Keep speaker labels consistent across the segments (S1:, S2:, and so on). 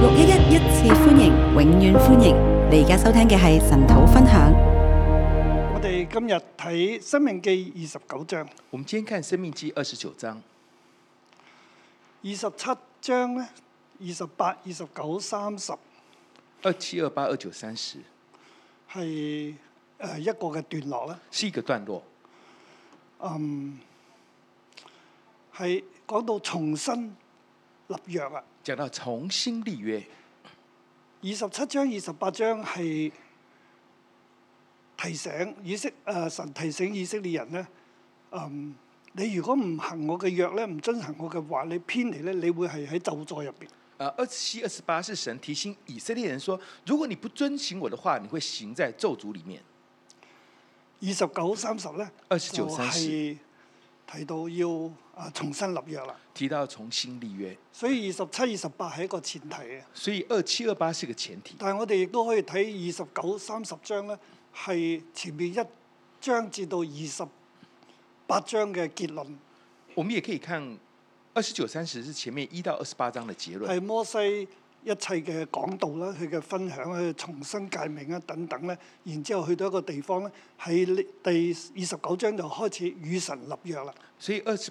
S1: 六一一一次歡迎，永遠歡迎！你而家收聽嘅係神土分享。
S2: 我哋今日睇《生命記》二十九章，
S3: 我们今天看《生命记》二十九章，
S2: 二十七章咧，二十八、二十九、三十
S3: 二七、二八、二九、三十
S2: 係呃誒一個嘅段落啦，
S3: 是一个段落，
S2: 係講到重新立約啊。
S3: 讲到重新立约。
S2: 二十七章、二十八章係提醒以色誒、呃神提醒以色列人咧，嗯，你如果唔行我嘅約咧，唔遵行我嘅話，你偏離咧，你會係喺咒詛入邊。
S3: 啊，二十七、二十八是神提醒以色列人说：如果你不遵行我的话，你会行在咒诅里面。
S2: 二十九、三十咧，
S3: 29
S2: 就
S3: 30
S2: 係提到要啊重新立約啦。
S3: 提到重新立约，
S2: 所以二十七、二十八係一個前提嘅，
S3: 所以二七、二八是个前提。
S2: 但係我哋亦都可以睇二十九、三十章咧，係前面一章至到二十八章嘅結論，
S3: 我们也可以看二十九、三十是前面一到二十八章的结论，
S2: 係摩西一切嘅講道啦，佢嘅分享佢重新界命啊等等咧，然之後去到一個地方咧，喺呢第二十九章就開始與神立約啦。
S3: 所以二十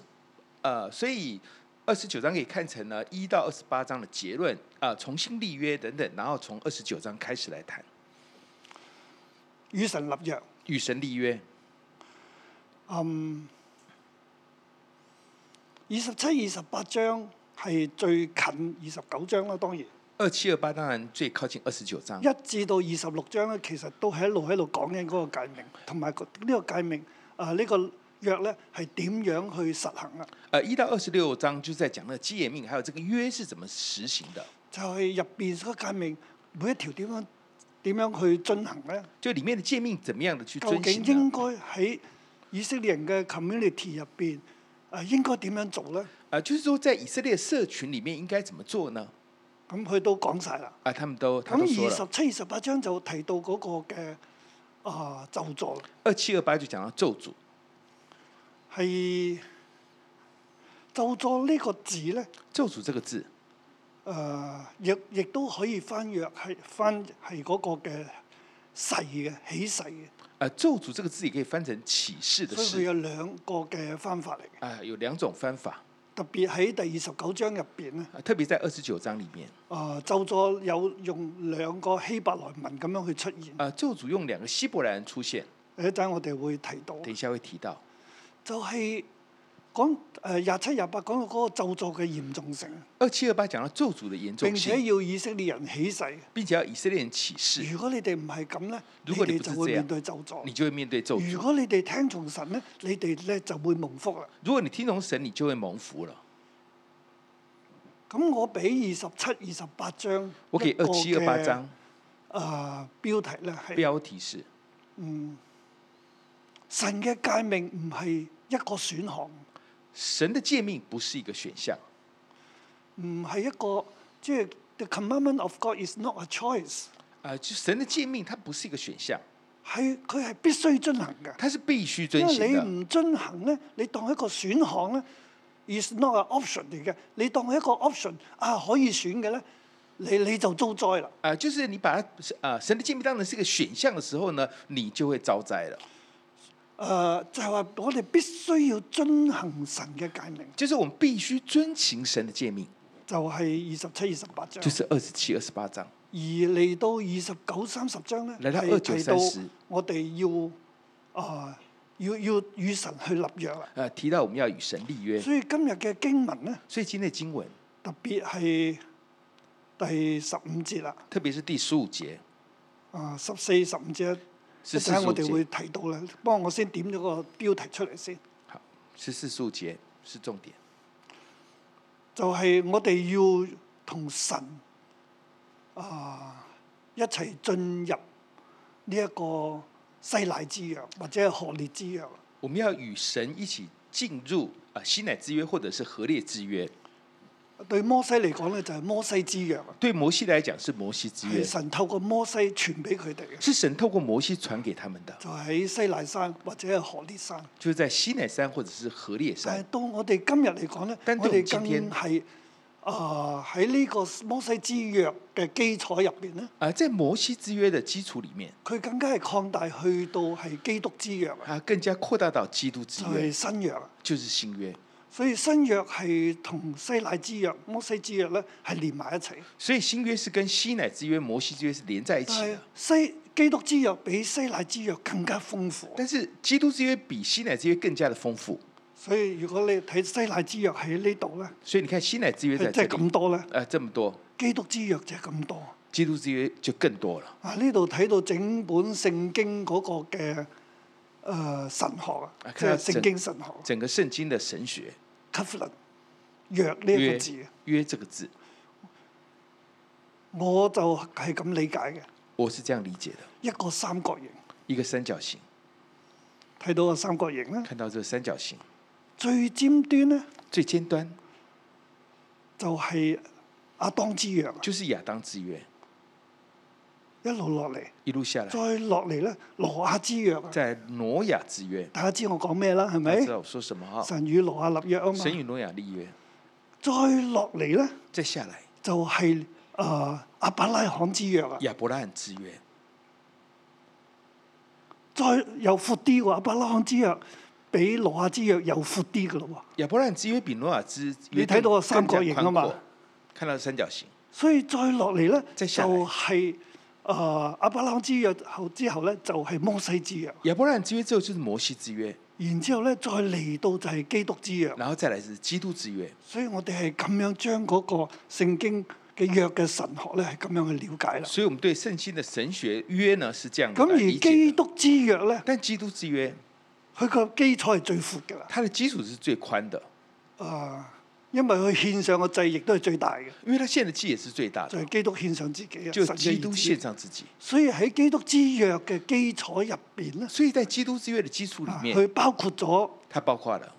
S3: 呃，所以二十九章可以看成呢一到二十八章的结论啊、重新立约等等，然后从二十九章开始来谈
S2: 與神立約，
S3: 与神立约。
S2: 二十七、二十八章係最近二十九章啦，當然。
S3: 二七二八当然最靠近二十九章，
S2: 一至到二十六章咧，其實都係一路喺度講緊嗰個界命，同埋個呢個界命啊呢、個約咧係點樣去實行啊？
S3: 呃，一到二十六章就是在讲那个诫命，还有这个约是怎么实行的。
S2: 就係入邊個界命每一條點樣點樣去進行咧？
S3: 就里面的诫命怎么样的去
S2: 究
S3: 遵
S2: 竟
S3: 行
S2: 應
S3: 呢？
S2: 該喺以色列人嘅 community 入邊誒應該點樣做咧？
S3: 啊，就是说在以色列社群里面应该怎么做呢？
S2: 咁佢都講晒啦。
S3: 啊，他们都他
S2: 咁
S3: 都
S2: 二
S3: 说
S2: 十
S3: 了，
S2: 七、二十八章就提到嗰個嘅啊咒詛啦。
S3: 二七二八就讲到咒诅，
S2: 係咒詛呢個字咧，誒、
S3: 咒诅这个字
S2: 亦亦都可以翻約係翻係嗰個嘅誓嘅起誓嘅，
S3: 啊，咒诅这个字也可以翻成启示的
S2: 所以佢
S3: 事
S2: 有兩個嘅翻法嚟嘅。
S3: 啊，有两种翻法
S2: 特別喺第二十九章入邊咧，
S3: 啊，特別在二十九章里面
S2: 啊、咒詛有用兩個希伯來文咁樣去出現，
S3: 啊，咒诅用兩個希伯來人出現，
S2: 一陣我哋會提到，
S3: 等一下会提到
S2: 就係講誒廿七廿八講到嗰個咒詛嘅嚴重性，
S3: 二七二八講到咒诅的嚴
S2: 並
S3: 重
S2: 且
S3: 性，
S2: 要以色列人起誓。
S3: 并且要以色列人起誓。
S2: 如果你哋唔係咁咧，你
S3: 如果
S2: 哋
S3: 你不
S2: 就是會
S3: 這樣
S2: 面對咒詛
S3: 你。就会面对咒
S2: 如
S3: 诅。
S2: 果你哋聽從神咧，你哋咧就會蒙福啦。
S3: 如果你听从神，你就会蒙福了。
S2: 咁我俾二十七、二十八章
S3: 我
S2: 一
S3: 给
S2: 個
S3: 二七二八章
S2: 嘅啊、標題咧係
S3: 标题是：
S2: 神嘅誡命唔係一個選項，
S3: 神的诫命不是一个选项，
S2: 唔係一個即係 the commandment of God is not a choice，
S3: 啊，就神的诫命它不是一个选项，
S2: 係佢係必須遵行嘅。
S3: 它是必须
S2: 因
S3: 遵
S2: 為
S3: 行
S2: 你
S3: 的。
S2: 唔遵行咧，你當一個選項咧，is not a option 嚟嘅。你當一個 option 啊可以選嘅咧，你你就遭災啦。
S3: 啊，就是你把它啊，神的诫命当成是一个选项的时候呢，你就会遭灾了。
S2: 誒、呃就係、話我哋必須要遵行神嘅誡命，
S3: 就是我们必须遵行神的诫命，
S2: 就係二十七、二十八章
S3: 就。是二十七、二十八章。
S2: 而嚟到二十九、三十章咧，
S3: 嚟到
S2: 係
S3: 29
S2: 提到
S3: 30
S2: 我哋要啊、要要與神去立約啦。
S3: 呃，提到我们要与神立约，
S2: 所以今日嘅經文咧，
S3: 所以今天的经文，
S2: 特別係第十五節啦，
S3: 特别是第十五节，
S2: 啊十四、十五節，一
S3: 是四
S2: 陣
S3: 十五
S2: 我哋會
S3: 节，
S2: 提到啦。不過我先點咗個標題出嚟先，
S3: 好，是四十五节是重点。
S2: 就係、我哋要同神啊一齊進入呢一個西乃之約，或者係何烈之約。
S3: 我们要与神一起进入啊西乃之约或者是河烈之约。
S2: 對摩西嚟講咧，就係摩西之約啊，
S3: 对摩西来讲是摩西之约
S2: 係，神透過摩西傳俾佢哋嘅，
S3: 是神透过摩西传给他们的，
S2: 就喺西奈山或者係何烈山。
S3: 就是在西乃山或者是河烈
S2: 但係
S3: 山。
S2: 到我哋今日嚟講咧，
S3: 但
S2: 我
S3: 對
S2: 哋
S3: 我們今天
S2: 更係啊、啊喺呢個摩西之約嘅基礎入邊咧，
S3: 啊、在摩西之約的基礎裡面
S2: 佢更加係擴大去到係基督之約啊，
S3: 啊，更加擴大到基督之
S2: 就
S3: 約，
S2: 係新約啊。
S3: 就是新約。
S2: 所以新約係同西乃之約、摩西之約咧係連埋一齊。
S3: 所以新約是跟西乃之約、摩西之約是連在一
S2: 但
S3: 起
S2: 係
S3: 的。
S2: 西基督之約比西乃之約更加豐富。
S3: 但是基督之約比西乃之約更加的豐富，
S2: 所以如果你睇西乃之約喺呢度咧，
S3: 所以你看西乃之約在
S2: 係即
S3: 這
S2: 係
S3: 裡，
S2: 咁多咧，
S3: 呃，這麼多，
S2: 基督之約就係咁多。
S3: 基督之約就更多了
S2: 啊！呢度睇到整本聖經嗰個嘅誒、呃神學啊
S3: 啊，
S2: 即
S3: 看
S2: 係
S3: 到
S2: 聖
S3: 整
S2: 經神學
S3: 整個聖經的神學
S2: covenant 約呢一個
S3: 約
S2: 字，
S3: 約這個字，
S2: 我就係咁理解嘅
S3: 我是這樣理解的：
S2: 一個三角形。
S3: 一個三角形，
S2: 睇到個三角形啦，
S3: 看到這個三角形
S2: 最尖端咧
S3: 最尖端
S2: 就係亞當之約啊，
S3: 就是亞當之約，
S2: 一路落嚟，
S3: 一路下來，
S2: 再落嚟咧羅亞之約啊。
S3: 在挪亞之約，
S2: 大家知我講咩啦，係
S3: 啊大家知道
S2: 咪？
S3: 我說什麼哈？
S2: 神與羅亞立約啊嘛。
S3: 神與挪亞立約，
S2: 再落嚟咧
S3: 再下來
S2: 就係、誒亞伯拉罕之約啊。
S3: 亞伯拉罕之約，
S2: 再又闊啲喎，阿伯拉罕之約比羅亞之約又闊啲嘅咯喎，
S3: 亞伯拉罕之約比挪亞之約
S2: 你睇到個
S3: 更
S2: 三角形啊嘛，
S3: 更加寬闊看到三角形，
S2: 所以再落嚟咧就
S3: 即係上嚟
S2: 係誒阿伯拉罕之約後之後咧就係、摩西之約，
S3: 亞伯拉罕之約之後就是摩西之約，
S2: 然之後咧再嚟到就係基督之約，
S3: 然後再來是基督之約，
S2: 所以我哋係咁樣將嗰個聖經嘅約嘅神學咧係咁樣去了解啦。
S3: 所以我們對聖經的神學約呢是這樣的
S2: 咁
S3: 來
S2: 而
S3: 理解
S2: 基
S3: 的。
S2: 督之約咧，
S3: 但基督之約，
S2: 佢個基礎係最闊嘅啦，
S3: 它的基礎是最寬的，
S2: 誒、因為佢獻上個祭亦都係最大嘅，
S3: 因為它獻的祭也是最大
S2: 就係、
S3: 的，
S2: 基督獻上自己啊，
S3: 就
S2: 神嘅
S3: 基督
S2: 兒子
S3: 獻上自己。
S2: 所以喺基督之約嘅基礎入邊咧，
S3: 所以在基督之約的基礎裡
S2: 啊
S3: 面，
S2: 佢包括咗
S3: 它包括了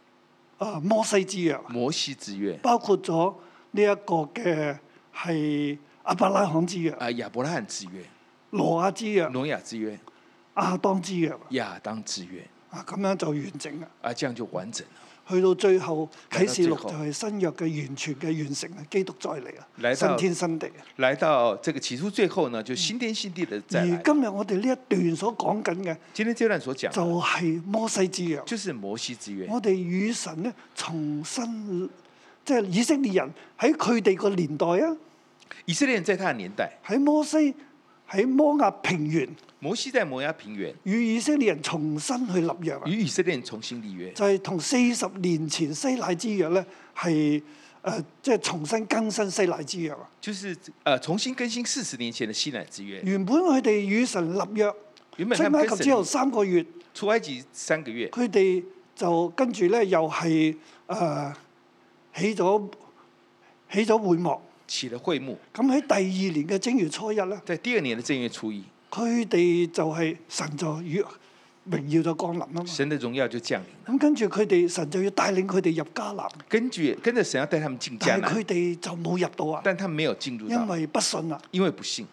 S2: 啊摩西之約，
S3: 摩西之約、
S2: 包括咗呢一個嘅係阿伯拉罕之約、
S3: 啊亞伯拉罕之約、
S2: 羅亞之約、
S3: 挪亞之約、
S2: 亞當之約
S3: 亞當之約，
S2: 啊，咁樣就完整啦。
S3: 啊，這樣就完整了。
S2: 去到最後
S3: 嚟到最
S2: 啟示錄
S3: 後
S2: 就係新約嘅完全嘅完成啊，基督再嚟啊，
S3: 嚟
S2: 新
S3: 到
S2: 天新地啊。
S3: 來到這個起初最後呢，就新天新地的再
S2: 而
S3: 來。
S2: 今日我哋呢一段所講緊嘅
S3: 今天這段所講
S2: 就
S3: 的，
S2: 係摩西之約。
S3: 就是摩西之約。
S2: 我哋與神咧重新，即係以色列人喺佢哋個年代啊，
S3: 以色列人在他的年代，
S2: 喺摩西喺摩押平原
S3: 摩西在摩押平原
S2: 與以色列人重新去立約啊，
S3: 與以色列人重新立約，
S2: 就係同四十年前西乃之約咧係誒，即係重新更新西乃之約啊。
S3: 就是呃重新更新四十年前的西乃之約。
S2: 原本佢哋與神立約，
S3: 原本
S2: 出埃
S3: 他們
S2: 及
S3: 跟
S2: 之後
S3: 神
S2: 三個月，
S3: 出埃及三個月，
S2: 佢哋就跟住咧又係誒、呃起咗起咗會幕。
S3: 起了會幕，
S2: 咁喺第二年嘅正月初一咧。
S3: 在第二年的正月初一，
S2: 佢哋就係神就與榮耀就降臨啊嘛。
S3: 神的榮耀就降臨。
S2: 咁跟住佢哋神就要帶領佢哋入迦南，
S3: 根據跟着神要帶他們進迦
S2: 但係
S3: 南
S2: 佢，哋就冇入到啊，
S3: 但他們沒有進入
S2: 因
S3: 到，
S2: 為不信啦。
S3: 因為不信，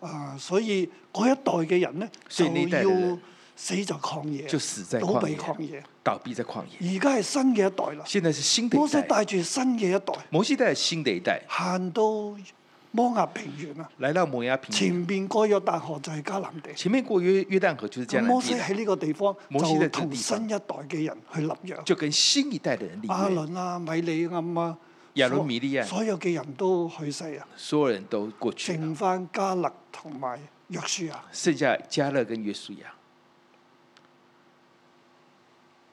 S2: 啊，所以嗰一代嘅人咧就
S3: 所以呢代嘅人
S2: 要死在曠野，
S3: 就死在
S2: 倒斃
S3: 曠
S2: 曠
S3: 野，
S2: 野。
S3: 倒斃在曠野。
S2: 而家係新嘅一代啦，
S3: 現在是新的
S2: 摩
S3: 一
S2: 西
S3: 代，
S2: 帶住新嘅一代
S3: 摩西帶着新的一代
S2: 行到摩押平原啊，
S3: 來到摩押平
S2: 前
S3: 原，
S2: 面過約旦河就係迦南地。
S3: 前面過約約旦河就是
S2: 咁
S3: 迦
S2: 摩
S3: 南
S2: 西
S3: 地了，
S2: 喺呢個地方
S3: 摩西
S2: 就
S3: 喺度
S2: 同
S3: 地方
S2: 新一代嘅人去立約。
S3: 就跟新一代的人立
S2: 阿
S3: 約，
S2: 倫啊、米利暗啊、
S3: 亞倫米利暗
S2: 所所有嘅人都去世啊，
S3: 所有人都過去了
S2: 剩翻加勒同埋約書亞，
S3: 剩下加勒跟約書亞，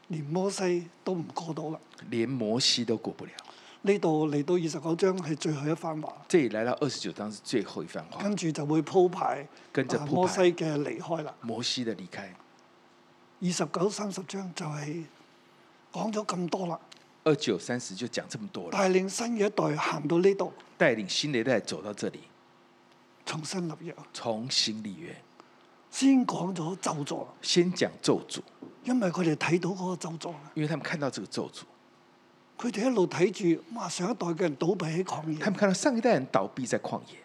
S2: 連摩西都唔過到啦。
S3: 連摩西都過不了。
S2: 呢度嚟到二十九章係最後一番話，
S3: 這裡來到二十九章是最後一番話，
S2: 跟住就會鋪排
S3: 跟着
S2: 啊
S3: 鋪
S2: 摩西
S3: 排
S2: 嘅離開啦。
S3: 摩西的離開。
S2: 二十九、三十章就係講咗咁多啦，
S3: 二九三十就講這麼多了，
S2: 帶領新嘅一代行到呢度，
S3: 帶領新的一代走到這裡，
S2: 重新立約。
S3: 重新立約。
S2: 先講咗咒詛，
S3: 先講咒詛，
S2: 因為佢哋睇到嗰個咒詛，啊
S3: 因為他們看到這個咒詛，
S2: 佢哋一路睇住，哇！上一代嘅人倒斃喺曠野
S3: 他。們看到上一代人倒斃在曠野，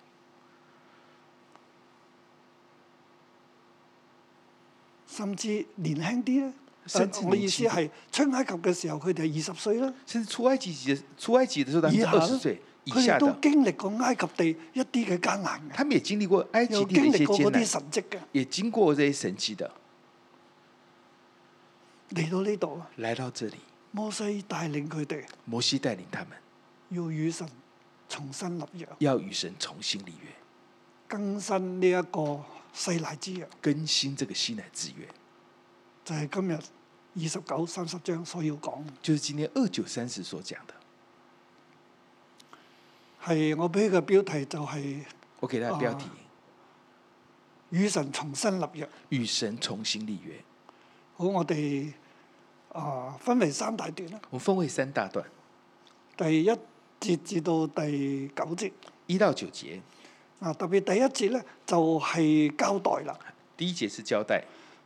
S2: 甚至年輕啲咧。
S3: 甚至
S2: 呃我意
S3: 年
S2: 思
S3: 輕啲
S2: 係出埃及嘅時候，佢哋係二十歲啦。
S3: 甚至出埃及的出埃及的時候，他們是
S2: 以下
S3: 二
S2: 呢
S3: 十歲，以
S2: 佢哋
S3: 下
S2: 都
S3: 的，
S2: 經歷過埃及地一啲嘅艱難嘅，
S3: 他们也经历过埃及
S2: 又
S3: 地的
S2: 經
S3: 一
S2: 歷
S3: 些
S2: 過嗰
S3: 艰难
S2: 啲，神跡嘅，
S3: 也经过这些神迹的，
S2: 嚟到呢度啊，
S3: 来到这里，
S2: 摩西帶領佢哋
S3: 摩西带领他们
S2: 要與神重新立約，
S3: 要与神重新立约，
S2: 更新呢一個世乃之約，
S3: 更新这个西乃之约，
S2: 就係、今日二十九、三十章所要講嘅。
S3: 就是今天二九三十所讲的。
S2: 係我俾佢嘅標題就係、
S3: 我给他的标题：
S2: 與神重新立約。
S3: 与神重新立约。
S2: 好，我哋啊、分為三大段啦，
S3: 我们分为三大段，
S2: 第一節至到第九節。
S3: 一到九节，
S2: 啊，特別第一節咧就係、交代啦。
S3: 第一节是交代，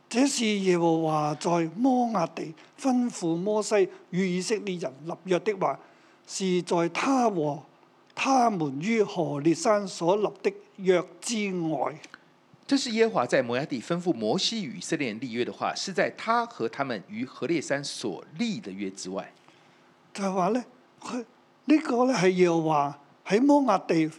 S2: 這是耶和華在摩押地吩咐摩西與以色列人立約的話，是在他和他們於何烈山所立的約之外。
S3: 这是耶和华在摩崖地吩咐摩西与以色列人立约的话，是在他和他们于何烈山所立的约之外。
S2: 就係話咧，佢呢、個咧係耶和華喺摩押地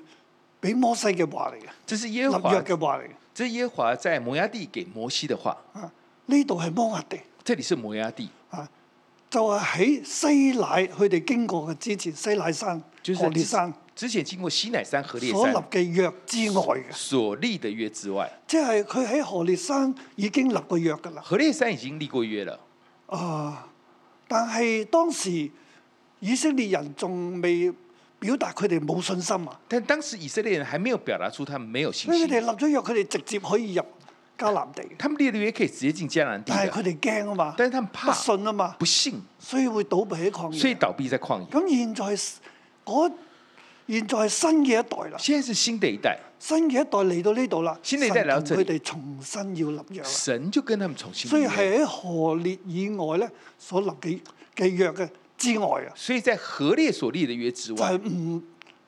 S2: 俾摩西嘅話嚟嘅，
S3: 这是耶和
S2: 立約
S3: 华，
S2: 嘅話嚟嘅。
S3: 这是耶和华在摩崖地给摩西的话。
S2: 啊，呢度係摩押地
S3: 这里是摩崖地，
S2: 啊，就係、喺西乃佢哋經過嘅之前，西乃山、
S3: 就是
S2: 何烈
S3: 之
S2: 山
S3: 之前經過西乃山、何烈
S2: 所立
S3: 山
S2: 嘅約之外嘅。
S3: 所立的约之外，
S2: 即係佢喺何烈山已經立過約㗎啦。
S3: 何烈山已经立过约了。
S2: 啊、但係當時以色列人仲未表達佢哋冇信心啊，
S3: 但当时以色列人还没有表达出他们没有信
S2: 所以佢哋
S3: 心，
S2: 立咗約，佢哋直接可以入迦南地嘅。
S3: 他们立的约可以直接进迦南地
S2: 但係佢
S3: 的，
S2: 哋驚啊嘛，
S3: 但是他们
S2: 不
S3: 怕
S2: 信啊嘛
S3: 不，信，
S2: 所以會倒閉喺抗
S3: 所以
S2: 野。
S3: 倒闭在旷野。
S2: 咁現在嗰現在係新嘅一代啦，
S3: 现在是新的一代，
S2: 新嘅一代嚟到呢度啦，
S3: 新嘅一代嚟
S2: 神
S3: 到這
S2: 同
S3: 裡
S2: 佢哋重新要立約啦。
S3: 神就跟他们重新
S2: 所以
S3: 立约。
S2: 係喺何烈以外咧所立嘅嘅約嘅之外啊。
S3: 所以在何烈所立的约之
S2: 就係
S3: 外，
S2: 唔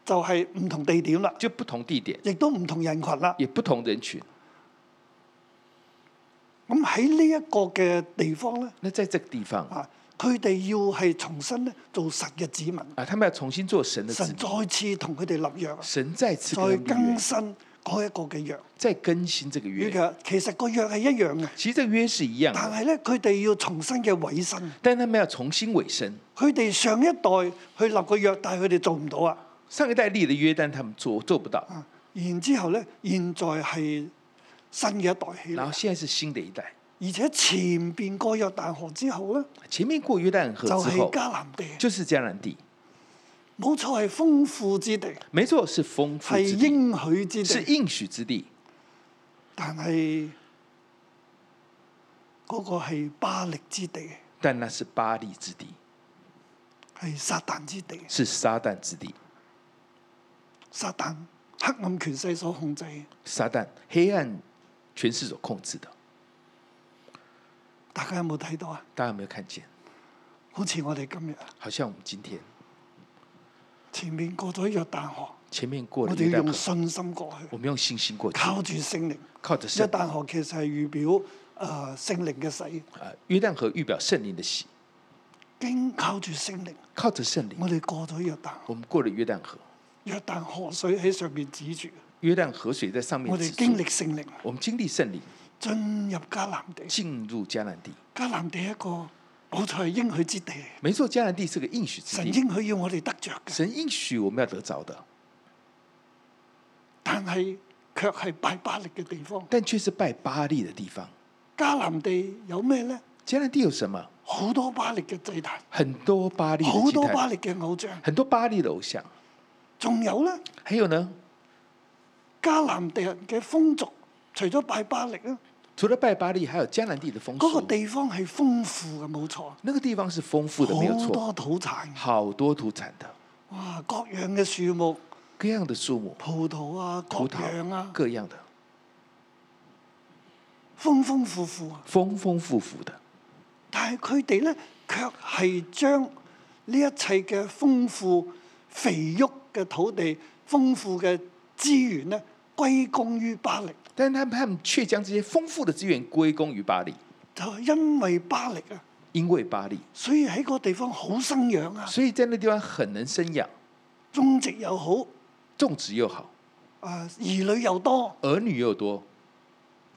S2: 就係、唔同地點啦，
S3: 就不同地点，
S2: 亦都唔同人群啦。
S3: 也不同人群。
S2: 咁喺呢一個嘅地方咧，
S3: 那在这个地方
S2: 啊，佢哋要係重新咧做神嘅子民，
S3: 啊，他们要重新做神的子
S2: 神
S3: 民，
S2: 再次同佢哋立約，啊
S3: 神再次
S2: 再
S3: 跟他们立
S2: 更
S3: 约，
S2: 新嗰一個嘅約。
S3: 再更新这个
S2: 呢
S3: 约。
S2: 個其實個約係一樣嘅，
S3: 其实这个约是一样
S2: 但
S3: 的，
S2: 係咧佢哋要重新嘅委身。
S3: 但他们要重新委身。
S2: 佢哋上一代去立個約，但係佢哋做唔到啊。
S3: 上一代立的约，但他们做做不到。
S2: 啊，然之後咧，現在係新嘅一代起
S3: 然后
S2: 嚟，
S3: 现在是新的一代，
S2: 而且前邊過約旦河之後咧，
S3: 前面过约旦河
S2: 就
S3: 之
S2: 係
S3: 后，
S2: 迦南地。
S3: 就是迦南地，
S2: 冇錯，係豐富之地，
S3: 没错，是丰富
S2: 係
S3: 之地，
S2: 應許之
S3: 是
S2: 地，
S3: 应许之地。
S2: 但係嗰個係巴力之地，
S3: 但那是巴黎之地，
S2: 係撒旦之地，
S3: 是撒旦之地，
S2: 撒旦黑暗權勢所控制。
S3: 撒旦黑暗权势所控制的。
S2: 大家有冇睇到啊？
S3: 大家有没有看见？
S2: 好似我哋今日啊
S3: 好像我们今天
S2: 前面過咗約旦河，
S3: 前面过
S2: 我
S3: 了
S2: 哋
S3: 约
S2: 要
S3: 旦
S2: 用
S3: 河，
S2: 信心過去，
S3: 我们用信心过去，
S2: 靠住聖靈。
S3: 靠着
S2: 約
S3: 圣
S2: 旦河其實係預表誒聖靈嘅洗，
S3: 呃约旦河预表圣灵的喜，
S2: 經靠住聖靈，
S3: 靠着圣
S2: 我
S3: 灵，
S2: 哋過咗約旦河，
S3: 我们过了约旦河，
S2: 約旦河水喺上面指住，
S3: 约旦河水在上面
S2: 我
S3: 止
S2: 哋
S3: 住
S2: 經歷聖靈。
S3: 我们经历圣灵，
S2: 進入迦南地，
S3: 进入迦南地。
S2: 迦南地一個冇錯係應許之地，
S3: 没错，迦南地是个应许之
S2: 神
S3: 地，
S2: 應許要我哋得着嘅，
S3: 神应许我们要得着的，
S2: 但係卻係拜巴力嘅地方。
S3: 但却是拜巴利的地方。
S2: 迦南地有咩呢？
S3: 迦南地有什么？
S2: 好多巴力嘅祭壇，
S3: 很多巴利的
S2: 好
S3: 祭
S2: 多巴
S3: 坛，
S2: 力嘅偶像，
S3: 很多巴利的偶像。
S2: 仲有呢，
S3: 还有呢，
S2: 迦南地人嘅風俗，除咗拜巴力咧，
S3: 除了拜巴利，还有迦南地的风
S2: 嗰、個
S3: 俗。
S2: 地方係豐富嘅，冇錯，
S3: 那个地方是丰富的，没有
S2: 好
S3: 错，
S2: 多土產，
S3: 好多土产的，
S2: 哇，各樣嘅樹木、
S3: 各样的树木、
S2: 葡萄啊，各
S3: 葡
S2: 樣
S3: 萄，
S2: 啊，
S3: 各样的，
S2: 豐豐富富啊。
S3: 丰丰富富的。
S2: 但係佢哋咧，卻係將呢一切嘅豐富、肥沃嘅土地、豐富嘅資源咧，歸功於巴力。
S3: 但是他们他们却将这些丰富的资源归功于巴利，
S2: 就係因為巴力啊，
S3: 因为巴利，
S2: 所以喺個地方好生養啊，
S3: 所以在那地方很能生养，
S2: 種植又好，
S3: 种植又好，
S2: 啊兒女又多，
S3: 儿女又多，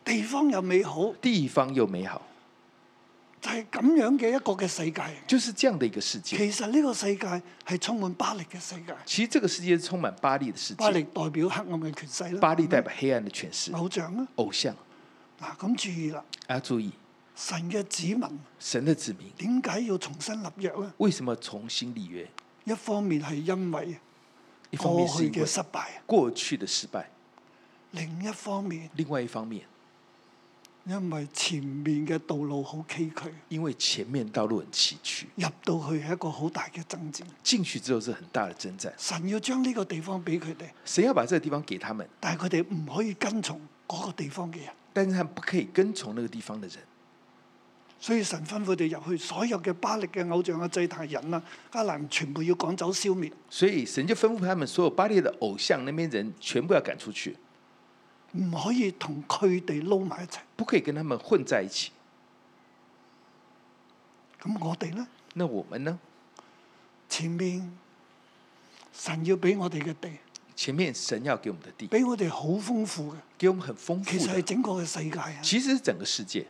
S2: 地方又美好，
S3: 地方又美好，
S2: 就係、咁樣嘅一個嘅世界。
S3: 就是这样的一个世界。
S2: 其實呢個世界係充滿巴力嘅世界，
S3: 其实这个世界是充满巴力的世
S2: 巴力
S3: 界，
S2: 代表黑暗嘅權勢啦，
S3: 巴力代表黑暗的权势、
S2: 偶像啦。
S3: 偶像。
S2: 嗱，咁注意啦，
S3: 啊，注意，
S2: 神嘅子民
S3: 神的子民
S2: 點解要重新立約呢？
S3: 为什么重新立约？
S2: 一方面係因為
S3: 一方
S2: 過
S3: 面是
S2: 去
S3: 因
S2: 嘅
S3: 为
S2: 失敗，
S3: 过去的失败，
S2: 另一方面
S3: 另外一方面
S2: 因為前面嘅道路好崎嶇，
S3: 因为前面道路很崎岖，
S2: 入到去係一個好大嘅爭戰。
S3: 进去之后是很大的征战。
S2: 神要將呢個地方俾佢哋，
S3: 神要把这个地方给他们，
S2: 但係佢哋唔可以跟從嗰個地方嘅人，
S3: 但是他们不可以跟从那个地方的人。
S2: 所以神吩咐佢哋入去，所有嘅巴力嘅偶像啊、祭壇人啊、迦南全部要趕走消滅，
S3: 所以神就吩咐他们所有巴列的偶像那边人全部要赶出去，
S2: 唔可以同佢哋撈埋一齊。
S3: 不可以跟他们混在一起。
S2: 咁我哋呢？
S3: 那我们呢？
S2: 前面神要俾我哋嘅地，
S3: 前面神要给我们的地，
S2: 俾我哋好豐富嘅，
S3: 给我们很豐
S2: 其
S3: 富
S2: 實係
S3: 的，
S2: 整個嘅世界啊，
S3: 其实是整个世界，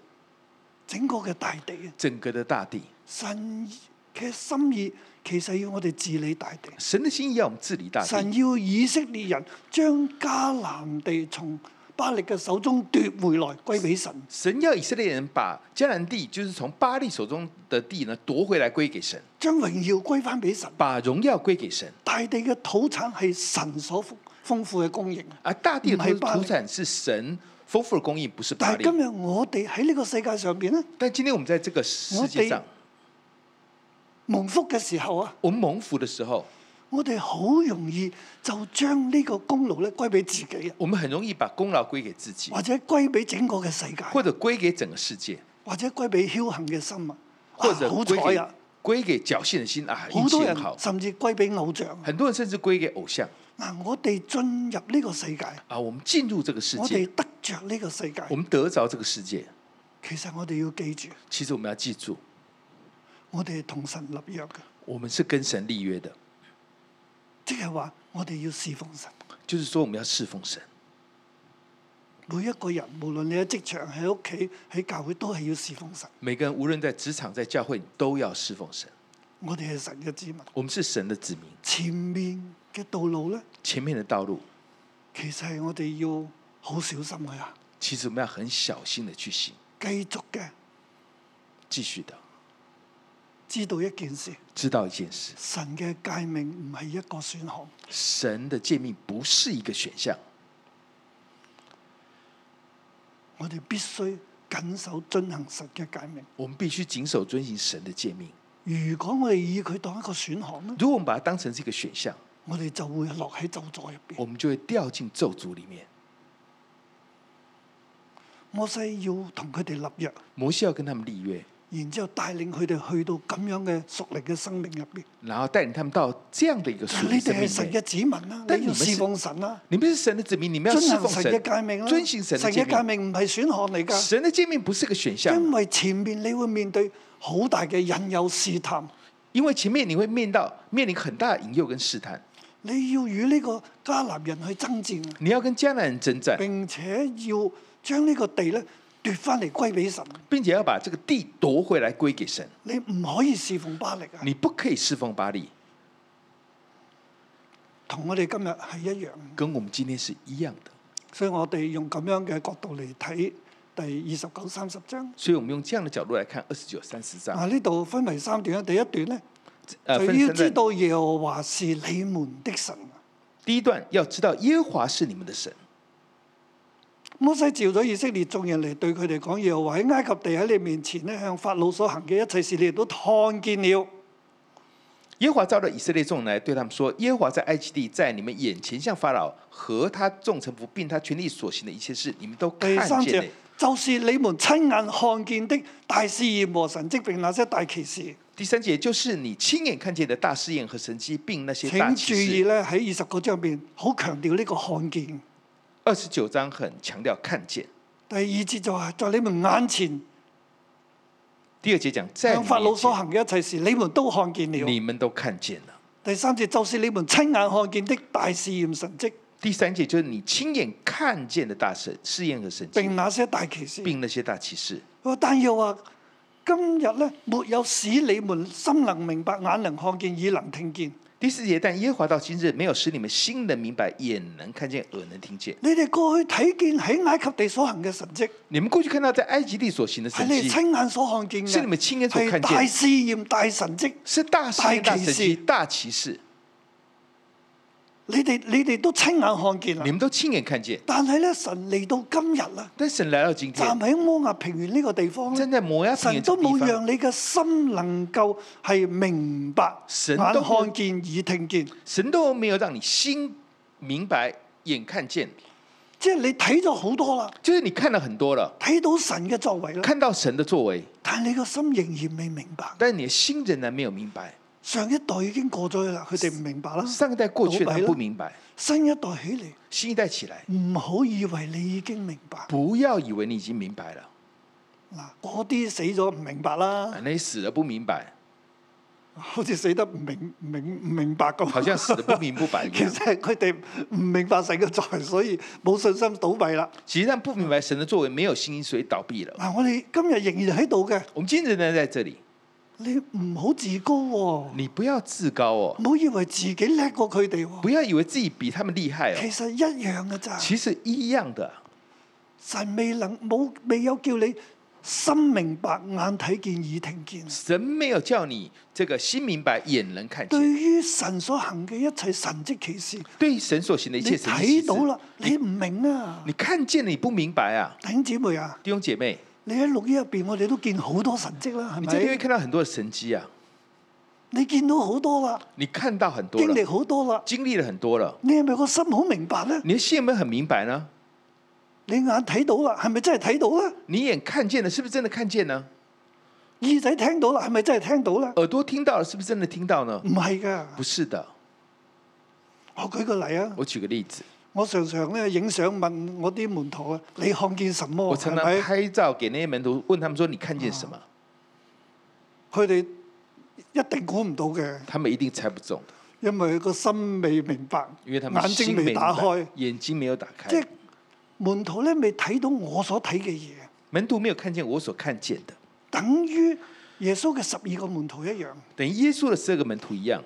S2: 整個嘅大地啊。
S3: 整个的大地。
S2: 神嘅心意其實要我哋治理大地，
S3: 神的心意要我们治理大地，
S2: 神要以色列人將迦南地從巴力嘅手中奪回來歸俾神。
S3: 神要以色列人把迦南地，就是从巴利手中的地呢夺回来归给神，
S2: 將榮耀歸翻俾神。
S3: 把荣耀归给神。
S2: 大地嘅土產係神所豐豐富嘅供應。啊
S3: 而啊大地的
S2: 唔係巴力
S3: 土产是神丰富的供应，不是巴
S2: 但係
S3: 利。
S2: 今日我哋喺呢個世界上邊咧，
S3: 但今天我们在这个世界上
S2: 我，蒙福嘅時候啊，
S3: 我们蒙福的时候，
S2: 我哋好容易就將呢個功勞咧歸俾自己啊，
S3: 我们很容易把功劳归给自己，
S2: 或者歸俾整個嘅世界，
S3: 或者归给整个世界，
S2: 或者歸俾僥倖嘅心啊。
S3: 或
S2: 啊
S3: 者
S2: 好
S3: 归
S2: 彩
S3: 给
S2: 啊！
S3: 归给侥幸的心啊，
S2: 好
S3: 运
S2: 多
S3: 气
S2: 人
S3: 很好。
S2: 甚至歸俾偶像啊。
S3: 很多人甚至归给偶像
S2: 嗱，我哋進入呢個世界，
S3: 啊。我们进入这个世
S2: 我
S3: 界
S2: 哋，得着呢個世界
S3: 我，们得着这个世界，
S2: 其實我哋要記住，
S3: 其实我们要记住，
S2: 我哋係同神立約嘅，
S3: 我们是跟神立约的，
S2: 即係話我哋要侍奉神。
S3: 就是说我们要侍奉神。
S2: 每一個人，無論你喺職場、喺屋企、喺教會，都係要侍奉神。
S3: 每个人无论在职场、在教会，你都要侍奉神。
S2: 我哋係神嘅子民。
S3: 我们是神的子民，
S2: 前面嘅道路呢，
S3: 前面的道路
S2: 其實係我哋要好小心去行，
S3: 其实我们要很小心的去行，
S2: 繼續嘅
S3: 继续的
S2: 知道一件事：
S3: 知道一件事。
S2: 神嘅誡命唔係一個選項。
S3: 神的诫命不是一个选项，
S2: 我哋必須緊守遵行神嘅誡命。
S3: 我们必须谨守遵行神的诫命。
S2: 如果我哋以佢當一個選項呢，
S3: 如果我们把它当成是一个选项，
S2: 我哋就會落喺咒詛入
S3: 我
S2: 邊。
S3: 们就会掉进咒诅里面。
S2: 摩西要同佢哋立約，
S3: 摩西要跟他们立约，
S2: 然之後帶領佢哋去到咁樣嘅屬靈嘅生命入邊。
S3: 然后带领他们到这样的一个
S2: 就係
S3: 属
S2: 你
S3: 灵生
S2: 哋係
S3: 命里
S2: 神
S3: 面
S2: 嘅子民啦，
S3: 但
S2: 你要
S3: 你們是
S2: 侍奉神啦，
S3: 你们是神的子民，你们要
S2: 遵
S3: 侍
S2: 行
S3: 奉
S2: 神
S3: 神
S2: 嘅誡命啦，啊
S3: 遵行神的
S2: 神
S3: 诫
S2: 嘅誡
S3: 命。
S2: 命唔啊係選項嚟㗎，
S3: 神的诫命不是个选项，
S2: 因為前面你會面對好大嘅引誘試探，
S3: 因为前面你会面到面临很大的引诱跟试探，
S2: 你要與呢個迦南人去爭戰啊，
S3: 你要跟迦南人征战，
S2: 並且要將呢個地咧奪翻嚟歸俾神，
S3: 并且要把这个地夺回来归给神。
S2: 你唔可以侍奉巴力啊，
S3: 你不可以侍奉巴利，
S2: 同我哋今日係一樣，
S3: 跟我们今天是一样的。
S2: 所以我哋用咁樣嘅角度嚟睇第二十九、三十章。
S3: 所以我们用这样的角度来看二十九、三十章
S2: 啊！，呢度分為三段啦，第一段咧。
S3: 呃，
S2: 就
S3: 分
S2: 要
S3: 三
S2: 知
S3: 段。
S2: 道耶和華是你們的神。
S3: 第一段要知道耶和华是你们的神。
S2: 摩西召咗以色列眾人嚟，對佢哋講：耶和華喺埃及地喺你面前咧，向法老所行嘅一切事，你哋都看見了。
S3: 耶和华召了以色列众人来，对他们说：“耶和华在埃及地，在你们眼前向法老和他众臣服，并他权力所行的一切事，你们都
S2: 第哎三
S3: 看见
S2: 節
S3: 了。
S2: 就是你們親眼看見的大試驗和神蹟，並那些大奇事。”
S3: 第三节就是你親眼看見的大试验和神迹，并那些大
S2: 請
S3: 奇
S2: 注意
S3: 事。
S2: 咧，喺二十個章入邊好強調呢個看見。
S3: 二十九章很强调看见。
S2: 第二節就係在你們眼前
S3: 第二节讲在
S2: 向
S3: 你
S2: 法
S3: 们
S2: 哎老
S3: 眼
S2: 所
S3: 前，
S2: 行嘅一切事，你們都看見了。
S3: 你们都看见了。
S2: 第三節就是你們親眼看見的大試驗神蹟，
S3: 第三节就是你亲眼看见的大神试验和神迹，
S2: 並那些大奇事。
S3: 并那些大奇事。
S2: 佢話但要話今日咧，沒有使你們心能明白、眼能看見、耳能聽見。
S3: 第四节，但耶和华到今日没有使你们心能明白，眼能看见，耳能听见。
S2: 你哋過去睇見喺埃及地所行嘅神蹟，
S3: 你们过去看到在埃及地所行的
S2: 係
S3: 神
S2: 啊你哋
S3: 迹，
S2: 親眼所看見
S3: 是你
S2: 嘅，
S3: 們親眼所看
S2: 係
S3: 見
S2: 大試驗、大神蹟。
S3: 是大事
S2: 大、奇
S3: 大神迹、
S2: 事
S3: 大奇事，
S2: 你哋你哋都親眼看見
S3: 你
S2: 啦。
S3: 们都亲眼看见。
S2: 但係咧，神嚟到今日啦，
S3: 但神来到今
S2: 站
S3: 天，
S2: 喺摩押平原呢個地方咧
S3: 站，在摩押平
S2: 神
S3: 原这
S2: 都
S3: 个地
S2: 冇
S3: 方，
S2: 讓你嘅心能夠係明白、
S3: 神
S2: 眼
S3: 都冇
S2: 看見、耳聽見。
S3: 神都没有让你心明白、眼看见，
S2: 即係你睇咗好多啦，
S3: 就是你看了很多了，
S2: 睇到神嘅作為啦，
S3: 看到神的作为，
S2: 但係你個心仍然未明白。
S3: 但是你的心仍然没有明白。
S2: 上一代已經過咗去啦，佢哋唔明白啦。
S3: 上一代过去了，他
S2: 懂
S3: 们
S2: 了
S3: 不明白，
S2: 新一代起嚟，
S3: 新一代起来，
S2: 唔好以為你已經明白。
S3: 不要以为你已经明白了，
S2: 嗱，嗰啲死咗唔明白 啦，
S3: 你死了不明白，
S2: 好似死得唔明唔明唔明白咁。
S3: 好像死了不明不白一
S2: 其
S3: 样
S2: 實。係佢哋唔明白神嘅作為，所以冇信心倒閉啦。
S3: 其实他们不明白神的作为，没有信心，所以倒闭了。
S2: 嗱，我哋今日仍然喺度嘅，
S3: 我们今天仍然在这里，
S2: 你唔好自高喎、
S3: 你不要自高哦
S2: 唔，好以為自己叻過佢哋
S3: 不
S2: 喎。
S3: 要以为自己比他们厉害哦
S2: 其，實一樣嘅咋，
S3: 其实一样的。
S2: 神未能冇未有叫你心明白、眼睇見、耳聽見。
S3: 神没有叫你这个心明白，眼能看
S2: 對
S3: 见。
S2: 於神所行嘅一切神蹟奇事，
S3: 对神所行的一
S2: 你
S3: 切神迹
S2: 睇
S3: 奇事
S2: 到啦，你唔明啊
S3: 你，看见了，你不明白啊，
S2: 弟兄姊妹啊，
S3: 弟兄姐妹，
S2: 你喺六一入邊，我哋都見好多神蹟啦，
S3: 你这里会
S2: 係咪？
S3: 看到很多的神迹啊，
S2: 你見到好多啦，
S3: 你看到很多
S2: 經歷
S3: 了，
S2: 好多啦，
S3: 经历了很多了，
S2: 你係咪個心好明白咧？
S3: 你的心有没有很明白呢？
S2: 你眼睇到啦，係咪真係睇到咧？
S3: 你眼看见了，是不是真的看见呢？
S2: 耳仔聽到啦，係咪真係聽到咧？
S3: 耳朵聽到了，是不是真的聽到呢？
S2: 唔係㗎，
S3: 不是的，
S2: 我舉個例啊，
S3: 我举个例子，
S2: 我常常咧影相問我啲門徒啊，你看見什麼？
S3: 我常
S2: 係
S3: 常
S2: 咪？
S3: 拍照给那些门徒，问他们说你看见什
S2: 哦
S3: 么？
S2: 佢哋一定估唔到嘅，
S3: 他们一定猜不中的，
S2: 因為個心未明白，
S3: 因为他们
S2: 眼
S3: 心
S2: 睛
S3: 没
S2: 未打
S3: 明白
S2: 開。
S3: 眼睛没有打
S2: 即
S3: 开
S2: 係，門徒咧未睇到我所睇嘅嘢，
S3: 门徒没有看见我所看见的，
S2: 等於耶穌嘅十二個門徒一樣。
S3: 等于耶穌的十二个门徒一样。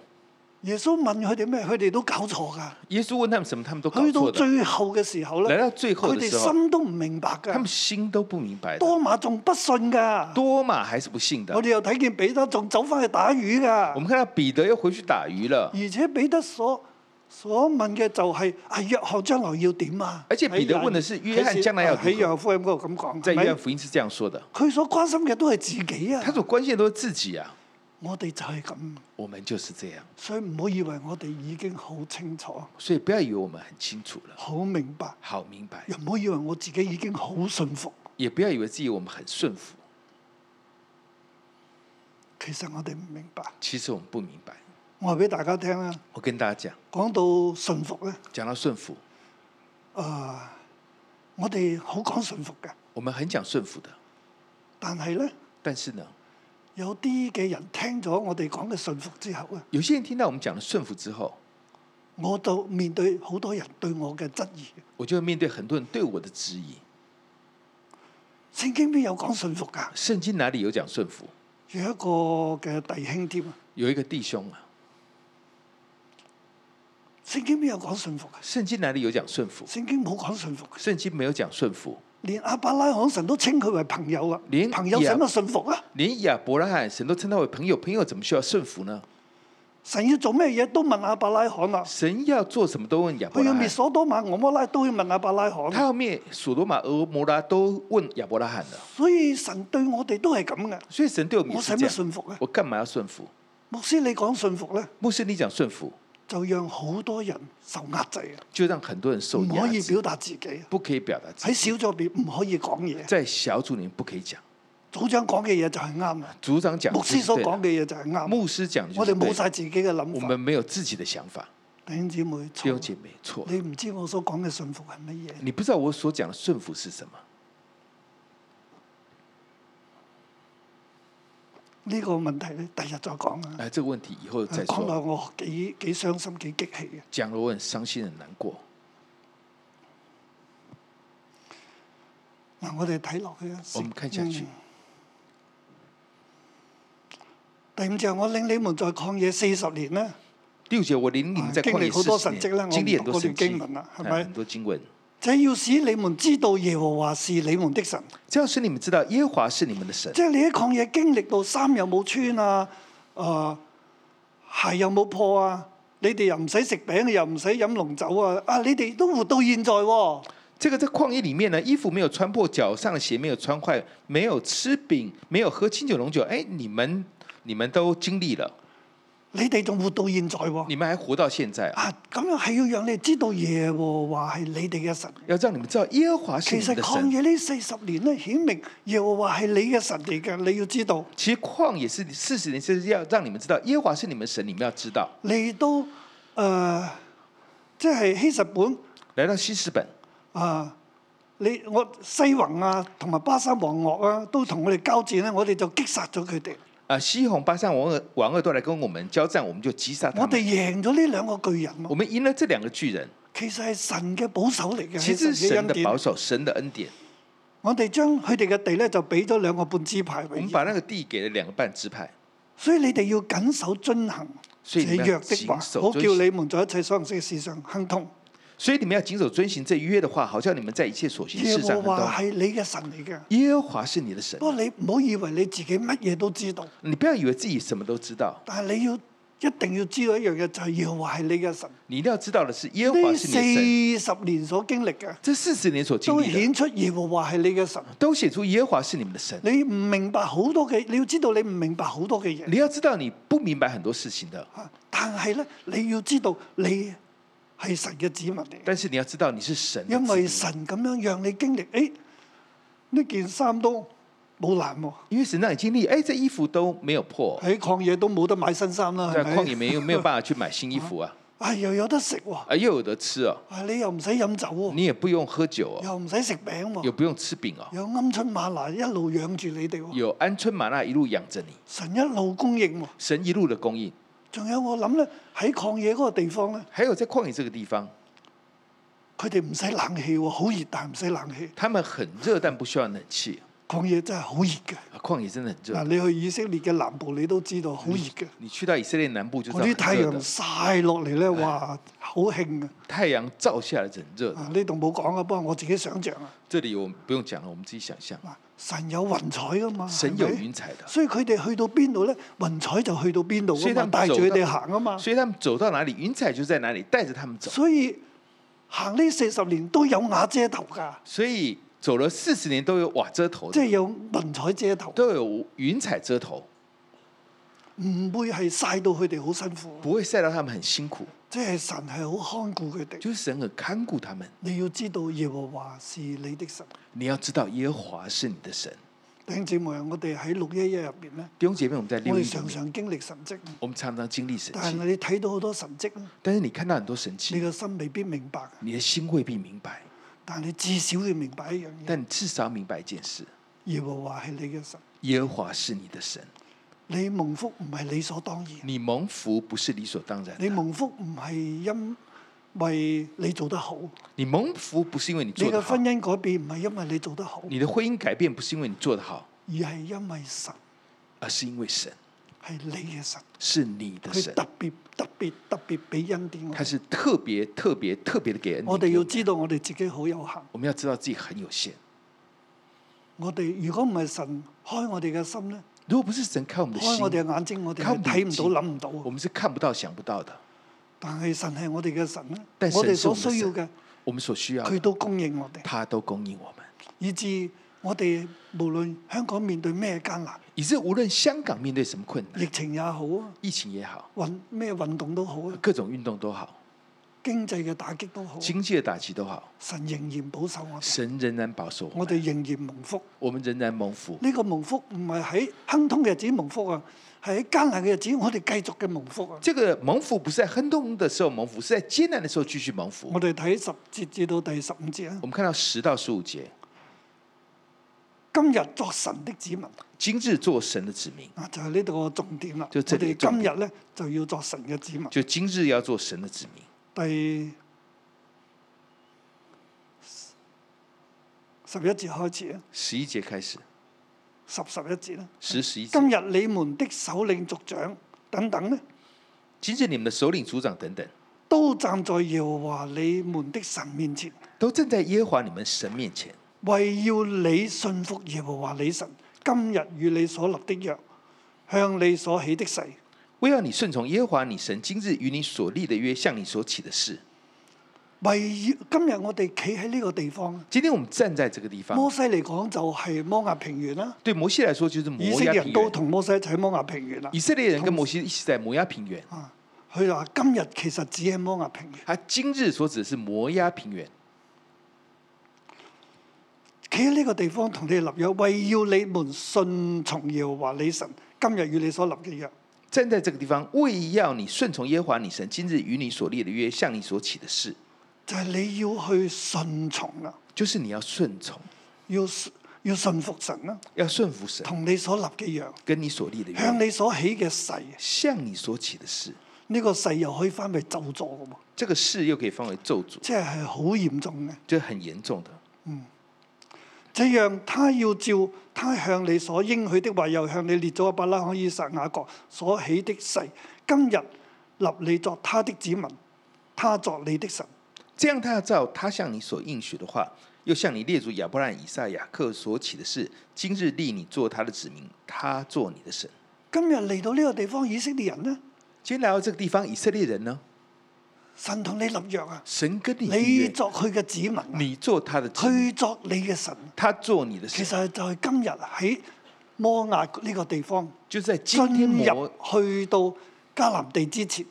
S2: 耶穌問佢哋咩，佢哋都搞錯㗎。
S3: 耶穌問他們什么，他们都搞
S2: 去到
S3: 錯的。
S2: 最後嘅時候
S3: 來
S2: 咧，
S3: 到最後
S2: 佢
S3: 的
S2: 哋
S3: 時候，
S2: 心都唔明白
S3: 他們
S2: 㗎。
S3: 心都不明白的。
S2: 多馬仲不信㗎，
S3: 多馬還是不信的
S2: 我。哋又睇見彼得仲走翻去打魚
S3: 我
S2: 㗎，
S3: 們看到彼得又回去打魚了，
S2: 而且彼得所所問嘅就係、啊，約翰將來要點啊？
S3: 而且彼得問的是約翰將來要如何
S2: 喺約翰福音嗰度咁講，
S3: 在
S2: 係
S3: 約翰
S2: 咪
S3: 福音是這樣說的：
S2: 佢所關心嘅都係自己啊
S3: 他。所關心的都是自己啊，
S2: 我哋就係咁。
S3: 我們就是這樣。
S2: 所以唔好以為我哋已經好清楚、
S3: 所以不要以為我們很清楚了，
S2: 好明白，
S3: 好明白，
S2: 又唔好以為我自己已經好信服。
S3: 也不要以為自己我們很顺服，
S2: 其實我哋唔明白。
S3: 其實我們不明白。
S2: 我話俾大家聽啦，
S3: 我跟大家
S2: 講到信服咧，
S3: 講，講到顺服，
S2: 啊，我哋好講信服嘅，
S3: 我們很講顺服的，
S2: 但係咧，
S3: 但是呢，
S2: 有啲嘅人聽咗我哋講嘅信服之後啊咧，
S3: 有些人聽到我們講了顺服之後，
S2: 我就面對好多人對我嘅質疑。
S3: 我就面對很多人對我的質疑。
S2: 聖經邊有講信服㗎？
S3: 聖經哪裡有講顺服？
S2: 有一個嘅弟兄添啊，
S3: 有一个弟兄啊，
S2: 聖經邊有講信服啊？
S3: 聖經哪裡有講顺服？
S2: 聖經冇講信服嘅，
S3: 聖經沒有講顺服，
S2: 連阿伯拉罕神都稱佢為朋友啊，
S3: 連
S2: 朋友使乜信服啊？
S3: 連亞伯拉罕神都稱他為朋友，朋友怎麼需要顺服呢？
S2: 神要做咩嘢都問阿伯拉罕啊啦，
S3: 神要做什麼都問亞伯
S2: 佢要
S3: 拉
S2: 滅
S3: 罕，
S2: 所多瑪、俄摩拉都要問阿伯拉
S3: 他
S2: 罕。啊
S3: 要滅索多瑪、俄摩拉都問亞伯拉罕的，
S2: 所以神對我哋都係咁嘅，
S3: 所以神對我們也
S2: 我使
S3: 是這
S2: 乜
S3: 樣。
S2: 信服咧？
S3: 我幹嘛要顺服？
S2: 牧師你講信服咧，
S3: 牧師，你講顺服，
S2: 就讓好多人受壓制啊，
S3: 就讓很多人受
S2: 唔
S3: 壓
S2: 可以
S3: 制，
S2: 表達自己啊，
S3: 不可以表達自己，
S2: 喺小組入邊唔可以講嘢，啊
S3: 在小組裡面不可以講，
S2: 組長講嘅嘢就係啱啊，
S3: 組長講
S2: 牧
S3: 就是
S2: 師所
S3: 對的
S2: 講嘅嘢就係啱，
S3: 牧師講的就
S2: 我
S3: 是
S2: 哋
S3: 對
S2: 冇
S3: 的，
S2: 晒自己嘅諗
S3: 我
S2: 法
S3: 們。沒有自己的想法。
S2: 弟兄姊妹，
S3: 弟兄
S2: 錯
S3: 姐妹，錯了，
S2: 你唔知我所講嘅信服係乜嘢，
S3: 你不知道我所講的顺服是什麼。
S2: 呢個問題咧，第日再講啦。
S3: 哎，这个问题以后再
S2: 講落
S3: 说。
S2: 我幾幾傷心幾激氣嘅。
S3: 讲了我很伤心很难过。
S2: 嗱，我哋睇落去啊。
S3: 我們看下去
S2: 嗯第五節，我領你們在曠野四十年咧，
S3: 第五节，我领你们在
S2: 啊
S3: 旷
S2: 经历
S3: 野
S2: 好多
S3: 40年
S2: 神迹啦我们
S3: 经历很
S2: 读
S3: 多
S2: 过
S3: 神
S2: 段
S3: 迹，
S2: 经文啦系
S3: 哎
S2: 咪
S3: 很多经文。
S2: 這要使你們知道耶和華是你們的神。
S3: 这要使你们知道耶和华是你们的神。
S2: 即係你喺曠野經歷到衫又冇穿啊，誒、鞋又冇破啊，你哋又唔使食餅，又唔使飲濃酒啊，啊你哋都活到現在喎、
S3: 这个在旷野里面呢，衣服没有穿破，脚上的鞋没有穿坏，没有吃饼，没有喝清酒浓酒，哎，你们你们都经历了，
S2: 你哋仲活到現在喎、
S3: 你们还活到现在，
S2: 啊咁樣係要讓你哋知道耶和華係你哋嘅神。
S3: 要让你们知道耶和华是
S2: 其
S3: 你们
S2: 實
S3: 的
S2: 曠
S3: 神。
S2: 野呢四十年咧，顯明耶和華係你嘅神嚟嘅，你要知道，
S3: 其实旷野是四十年，是要让你们知道耶和华是你们的神，你们要知道。
S2: 你都誒、呃即係希實本
S3: 来到西斯本，
S2: 啊，你我西宏啊，同埋巴沙王岳啊，都同我哋交戰咧，我哋就擊殺咗佢哋。
S3: 啊，西宏、巴山王二、王二都来跟我们交战，我们就击杀他
S2: 我哋
S3: 们。
S2: 贏咗呢兩個巨人
S3: 啊我
S2: 喎，
S3: 们赢了这两个巨人，
S2: 其實係神嘅保守嚟嘅，
S3: 其
S2: 係神
S3: 实是
S2: 嘅
S3: 神
S2: 恩
S3: 的保
S2: 典。
S3: 守，神的恩典。
S2: 我哋將佢哋嘅地咧就俾咗兩個半支牌
S3: 我
S2: 為
S3: 们
S2: 業，
S3: 把那个地给了两个半支派，
S2: 所以你哋要緊守遵行
S3: 所
S2: 這
S3: 以你們要
S2: 約的話，
S3: 謹守
S2: 好
S3: 遵
S2: 叫
S3: 行
S2: 你們在一切所行嘅事上亨通。
S3: 所以你们要谨守遵行这约的話，好像你们在一切所行
S2: 耶
S3: 事上
S2: 和
S3: 亨通
S2: 華。係你嘅神嚟嘅，
S3: 耶和華是你的神
S2: 不，過你唔好以為你自己乜嘢都知道，
S3: 你不要以為自己什麼都知道，
S2: 但係你要一定要知道一樣嘢，就係耶和華係你嘅神。
S3: 你一定要知道的是耶和華
S2: 呢
S3: 是你的神。
S2: 四十年所經歷嘅，
S3: 这四十年所經
S2: 都
S3: 歷的，
S2: 顯出耶和華係你嘅神。
S3: 都寫出耶和華是你們的神。
S2: 你唔明白好多嘅，你要知道你唔明白好多嘅嘢。
S3: 你要知道，你不明白很多事情的，
S2: 啊但係咧，你要知道你係神嘅子民嚟嘅，
S3: 但是你要知道你是神的
S2: 因
S3: 子民
S2: 為神咁樣讓你經歷，誒呢件衫都冇爛喎，
S3: 因為神讓你經歷，哎，這衣服都沒有破，
S2: 喺曠野都冇得買新衫啦，
S3: 在啊曠野
S2: 係咪？
S3: 沒有沒有辦法去買新衣服啊，
S2: 啊又有得食喎，
S3: 啊，又有得吃哦，
S2: 啊你又唔使飲酒喎，
S3: 你也不用喝酒哦，
S2: 又唔使食餅
S3: 也
S2: 喎，
S3: 不用吃餅哦，
S2: 有鵪鶉馬拿一路養住你哋喎，
S3: 有鵪鶉瑪娜一路養着你，
S2: 神一路供應喎。
S3: 神一路的供應。
S2: 仲有我諗咧，喺曠野嗰個地方咧，
S3: 還有在曠野這個地方，
S2: 佢哋唔使冷氣喎，好熱但係唔使冷氣。
S3: 他們很熱，但不需要冷氣。
S2: 曠野真係好熱嘅。
S3: 啊，曠野真的
S2: 嗱，
S3: 很熱。
S2: 你去以色列嘅南部，你都知道好熱嘅。
S3: 你去到以色列南部就知
S2: 嗰
S3: 道
S2: 啲太
S3: 很熱
S2: 陽
S3: 的，
S2: 曬落嚟咧，哇，好興啊！
S3: 太陽照下來是很熱的。
S2: 啊，呢度冇講啊，不過我自己想像啊。
S3: 這裡我們不用講了，我們自己想象。
S2: 嗱，神有雲彩噶嘛，
S3: 神
S2: 係
S3: 有
S2: 咪
S3: 雲彩的，
S2: 所以佢哋去到邊度咧，雲彩就去到邊度
S3: 所以
S2: 噶
S3: 他
S2: 嘛，
S3: 們
S2: 帶住
S3: 走
S2: 佢
S3: 到
S2: 哋行啊嘛。
S3: 所以他們走到哪裡，雲彩就在哪裡，帶着他們走。
S2: 所以行呢四十年都有瓦遮頭㗎，
S3: 所以走了四十年都有瓦遮頭
S2: 即係
S3: 的，
S2: 有雲彩遮頭，
S3: 都有雲彩遮頭，
S2: 唔會係曬到佢哋好辛苦。
S3: 不會曬到他們很辛苦。
S2: 即係神係好看顧佢哋。
S3: 就是神很看顧他們。
S2: 你要知道耶和華是你的神。
S3: 你要知道耶和華是你的神。
S2: 弟兄姊妹啊，我哋喺六一一入邊咧，
S3: 弟兄姐妹，我們在
S2: 我
S3: 六一
S2: 哋
S3: 裡
S2: 常
S3: 面，
S2: 常經歷神蹟，
S3: 我們常常經歷神
S2: 但係
S3: 蹟，
S2: 你睇到好多神蹟，
S3: 但是你看到很多神
S2: 你
S3: 蹟，
S2: 個心未必明白，
S3: 你的心未必明白。
S2: 但係你至少要明白一樣嘢：
S3: 但你至少明白一件事：
S2: 耶和華係你嘅神，
S3: 耶和华是你的神，
S2: 你蒙福唔係理所當然，
S3: 你蒙福不是理所当然的。
S2: 你蒙福唔係因為你做得好，
S3: 你蒙福不是因为你
S2: 你
S3: 做
S2: 嘅
S3: 得好
S2: 婚，姻改變唔係因為你做得好，
S3: 你的婚姻改变不是因为你做得好，
S2: 而係因為神
S3: 而是因为神
S2: 係你嘅神，
S3: 是你的
S2: 佢
S3: 神，
S2: 特別特別特別俾恩典我
S3: 他。是特别特别特别的给恩典
S2: 我哋
S3: 给
S2: 要
S3: 我们
S2: 知道我哋自己好有限。
S3: 我们要知道自己很有限。
S2: 我哋如果唔係神開我哋嘅心咧，
S3: 如果不是神看我们的
S2: 開我哋
S3: 心，
S2: 嘅眼睛，我哋
S3: 靠
S2: 係
S3: 唔
S2: 睇
S3: 住
S2: 唔到、諗唔到
S3: 我
S2: 嘅。
S3: 们是看不到、想不到的。
S2: 但係神係我哋嘅神咧，
S3: 但
S2: 我哋所
S3: 神是我们的
S2: 需要嘅
S3: 神，，我们所需要
S2: 佢
S3: 的，
S2: 都供應我哋，
S3: 他都供应我们。
S2: 以致我哋無論香港面對咩艱難，
S3: 以致无论香港面对什么困
S2: 疫
S3: 难，
S2: 情也好啊，
S3: 疫情也好，
S2: 運咩運動都好啊，
S3: 各种运动都好，
S2: 經濟嘅打擊都好，
S3: 经济的打击都好，
S2: 神仍然保守我哋，
S3: 神仍然保守我
S2: 我
S3: 们，
S2: 哋仍然蒙福。
S3: 我们仍然蒙福。
S2: 呢個蒙福唔係喺亨通嘅日子蒙福啊，係喺艱難嘅日子，我哋繼續嘅蒙福啊。
S3: 这个蒙福不是在亨通的时候蒙福，是在艰难的时候继续蒙福
S2: 我。哋睇十節至到第十五節啊
S3: 我。們看到十到十五节，
S2: 今今日作神的子民
S3: 今日做神的子民，
S2: 啊，就係呢度個重點啦。
S3: 就
S2: 我
S3: 這
S2: 哋
S3: 裡重
S2: 今
S3: 點
S2: 日咧就要作神嘅子民。
S3: 就今日要做神的子民。
S2: 第十一節開始啊，
S3: 十一节开始，
S2: 十十一節啦。
S3: 十十一节。
S2: 今日你們的首領族長等等咧，
S3: 今日你们的首领、族长等等，
S2: 都站在耶和華你們的神面前，
S3: 都站在耶和华你们神面前，
S2: 為要你信服耶和華你神，今日與你所立的約，向你所起的誓。
S3: 为要你顺从耶和华你神今日与你所立的约，向你所起的事。
S2: 為要今日我哋企喺呢個地方，
S3: 今天我们站在这个地方，
S2: 摩西嚟講就係摩亞平原啦，
S3: 对摩西来说就是摩
S2: 以色
S3: 押
S2: 列人
S3: 平
S2: 都
S3: 原。
S2: 同摩西一齊喺摩亞平原啦
S3: 以。色列人跟摩西一起在摩押平原，
S2: 啊，佢話今日其實只係摩亞平原，
S3: 他今日所指的是摩押平原，
S2: 企喺呢個地方同你哋立約，為要你們信從耶和華你神，今日與你所立嘅約。
S3: 站在这个地方，为要你顺从耶和华你神今日与你所立的约，向你所起的事，
S2: 就係你要去順從啦，
S3: 就是你要顺从，
S2: 要要順服神啦，
S3: 要顺服神，
S2: 同你所立嘅約，
S3: 跟你所立的
S2: 向
S3: 约，
S2: 你所起嘅誓，呢、
S3: 向你所起的事。
S2: 個誓又可以翻去咒詛嘅喎，
S3: 这个事又可以分为咒诅，
S2: 即係係好嚴重嘅。
S3: 就是很严重的。
S2: 這樣他要照他向你所應許的話，又向你列祖亞伯拉罕、以撒、雅各所起的誓，今日立你作他的子民，他作你的神。
S3: 这样，他要照他向你所应许的话，又向你列祖亚伯兰、以撒、雅各所起的事，今日立你做他的子民，他做你的神。
S2: 今日嚟到呢個地方，以色列人呢，
S3: 今天来到这个地方，以色列人呢，
S2: 神同你立約啊，
S3: 神跟你立
S2: 你
S3: 约，
S2: 作佢嘅子民啊，
S3: 你做他的子民，
S2: 佢作你嘅神。
S3: 他做你的
S2: 其
S3: 神，
S2: 實就係今日喺摩亞呢個地方
S3: 就是在
S2: 進
S3: 今天
S2: 入
S3: 摩
S2: 去到迦南地之前，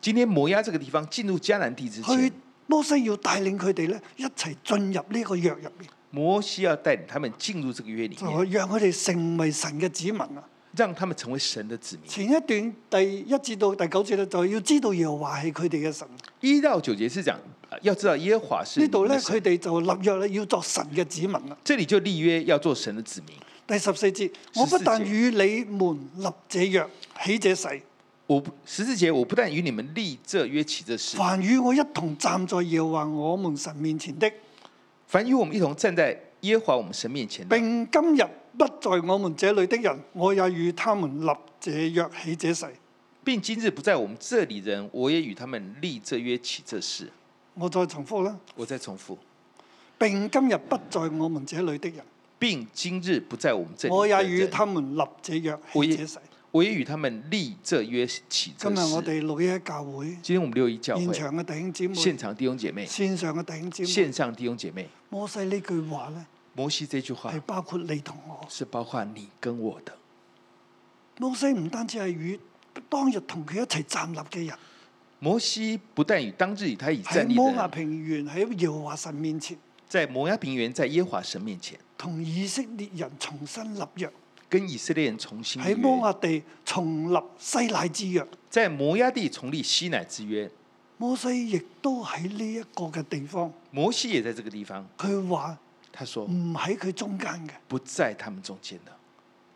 S3: 今天摩押这个地方进入迦南地之前
S2: 去，摩西要帶領佢哋咧一齊進入呢個約入面，
S3: 摩西要带领他们进入这个约里
S2: 就
S3: 面，
S2: 係讓佢哋成為神嘅子民啊！
S3: 让他们成为神的子民。
S2: 前一段第一至到第九節咧，就係要知道耶和華係佢哋嘅神。
S3: 一到九节是讲，呃要知道耶和华是
S2: 呢
S3: 你
S2: 度
S3: 们
S2: 咧，
S3: 的
S2: 佢
S3: 神，
S2: 哋就立約咧，要作神嘅子民啦。
S3: 这里就立约要做神的子民。
S2: 第十四節，我不但與你們立這約，起這誓，
S3: 我不十四节，我不但与你们立这约起这事，
S2: 凡與我一同站在耶和華我們神面前的。
S3: 凡与我们一同站在耶和华我们神面前的，
S2: 並今日不在我們這裏的人，我也與他們立這約起這誓。
S3: 并今日不在我们这里人，我也与他们立这约起这事。
S2: 我再重複啦。
S3: 我再重复，
S2: 並今日不在我們這裏的人，
S3: 并今日不在我们这里的
S2: 我
S3: 人，
S2: 也與他們立這約
S3: 我
S2: 起
S3: 也
S2: 這誓。
S3: 我也与他们立这约起这
S2: 今日我
S3: 事。
S2: 哋六一教會
S3: 今天我们六一教
S2: 現
S3: 会
S2: 場嘅弟兄姊妹，
S3: 现场弟兄姐妹，
S2: 線上嘅弟兄姊妹，
S3: 线上弟兄姐妹，
S2: 摩西呢句話呢，
S3: 摩西这句话
S2: 係包括你同我。
S3: 是包括你跟我的。
S2: 摩西唔單止係與當日同佢一齊站立嘅人，
S3: 摩西不但与当日以他已
S2: 喺
S3: 站立
S2: 摩
S3: 的
S2: 亞
S3: 人，
S2: 平原喺耶和華神面前，
S3: 在摩押平原，在耶和华神面前，
S2: 同以色列人重新立約。
S3: 跟以色列人重新立约
S2: 喺摩押地重立西乃之約，
S3: 在摩押地重立西乃之约。
S2: 摩西亦都喺呢一個嘅地方，
S3: 摩西也在这个地方，
S2: 佢話
S3: 他说
S2: 唔喺佢中間嘅，
S3: 不在他们中间的，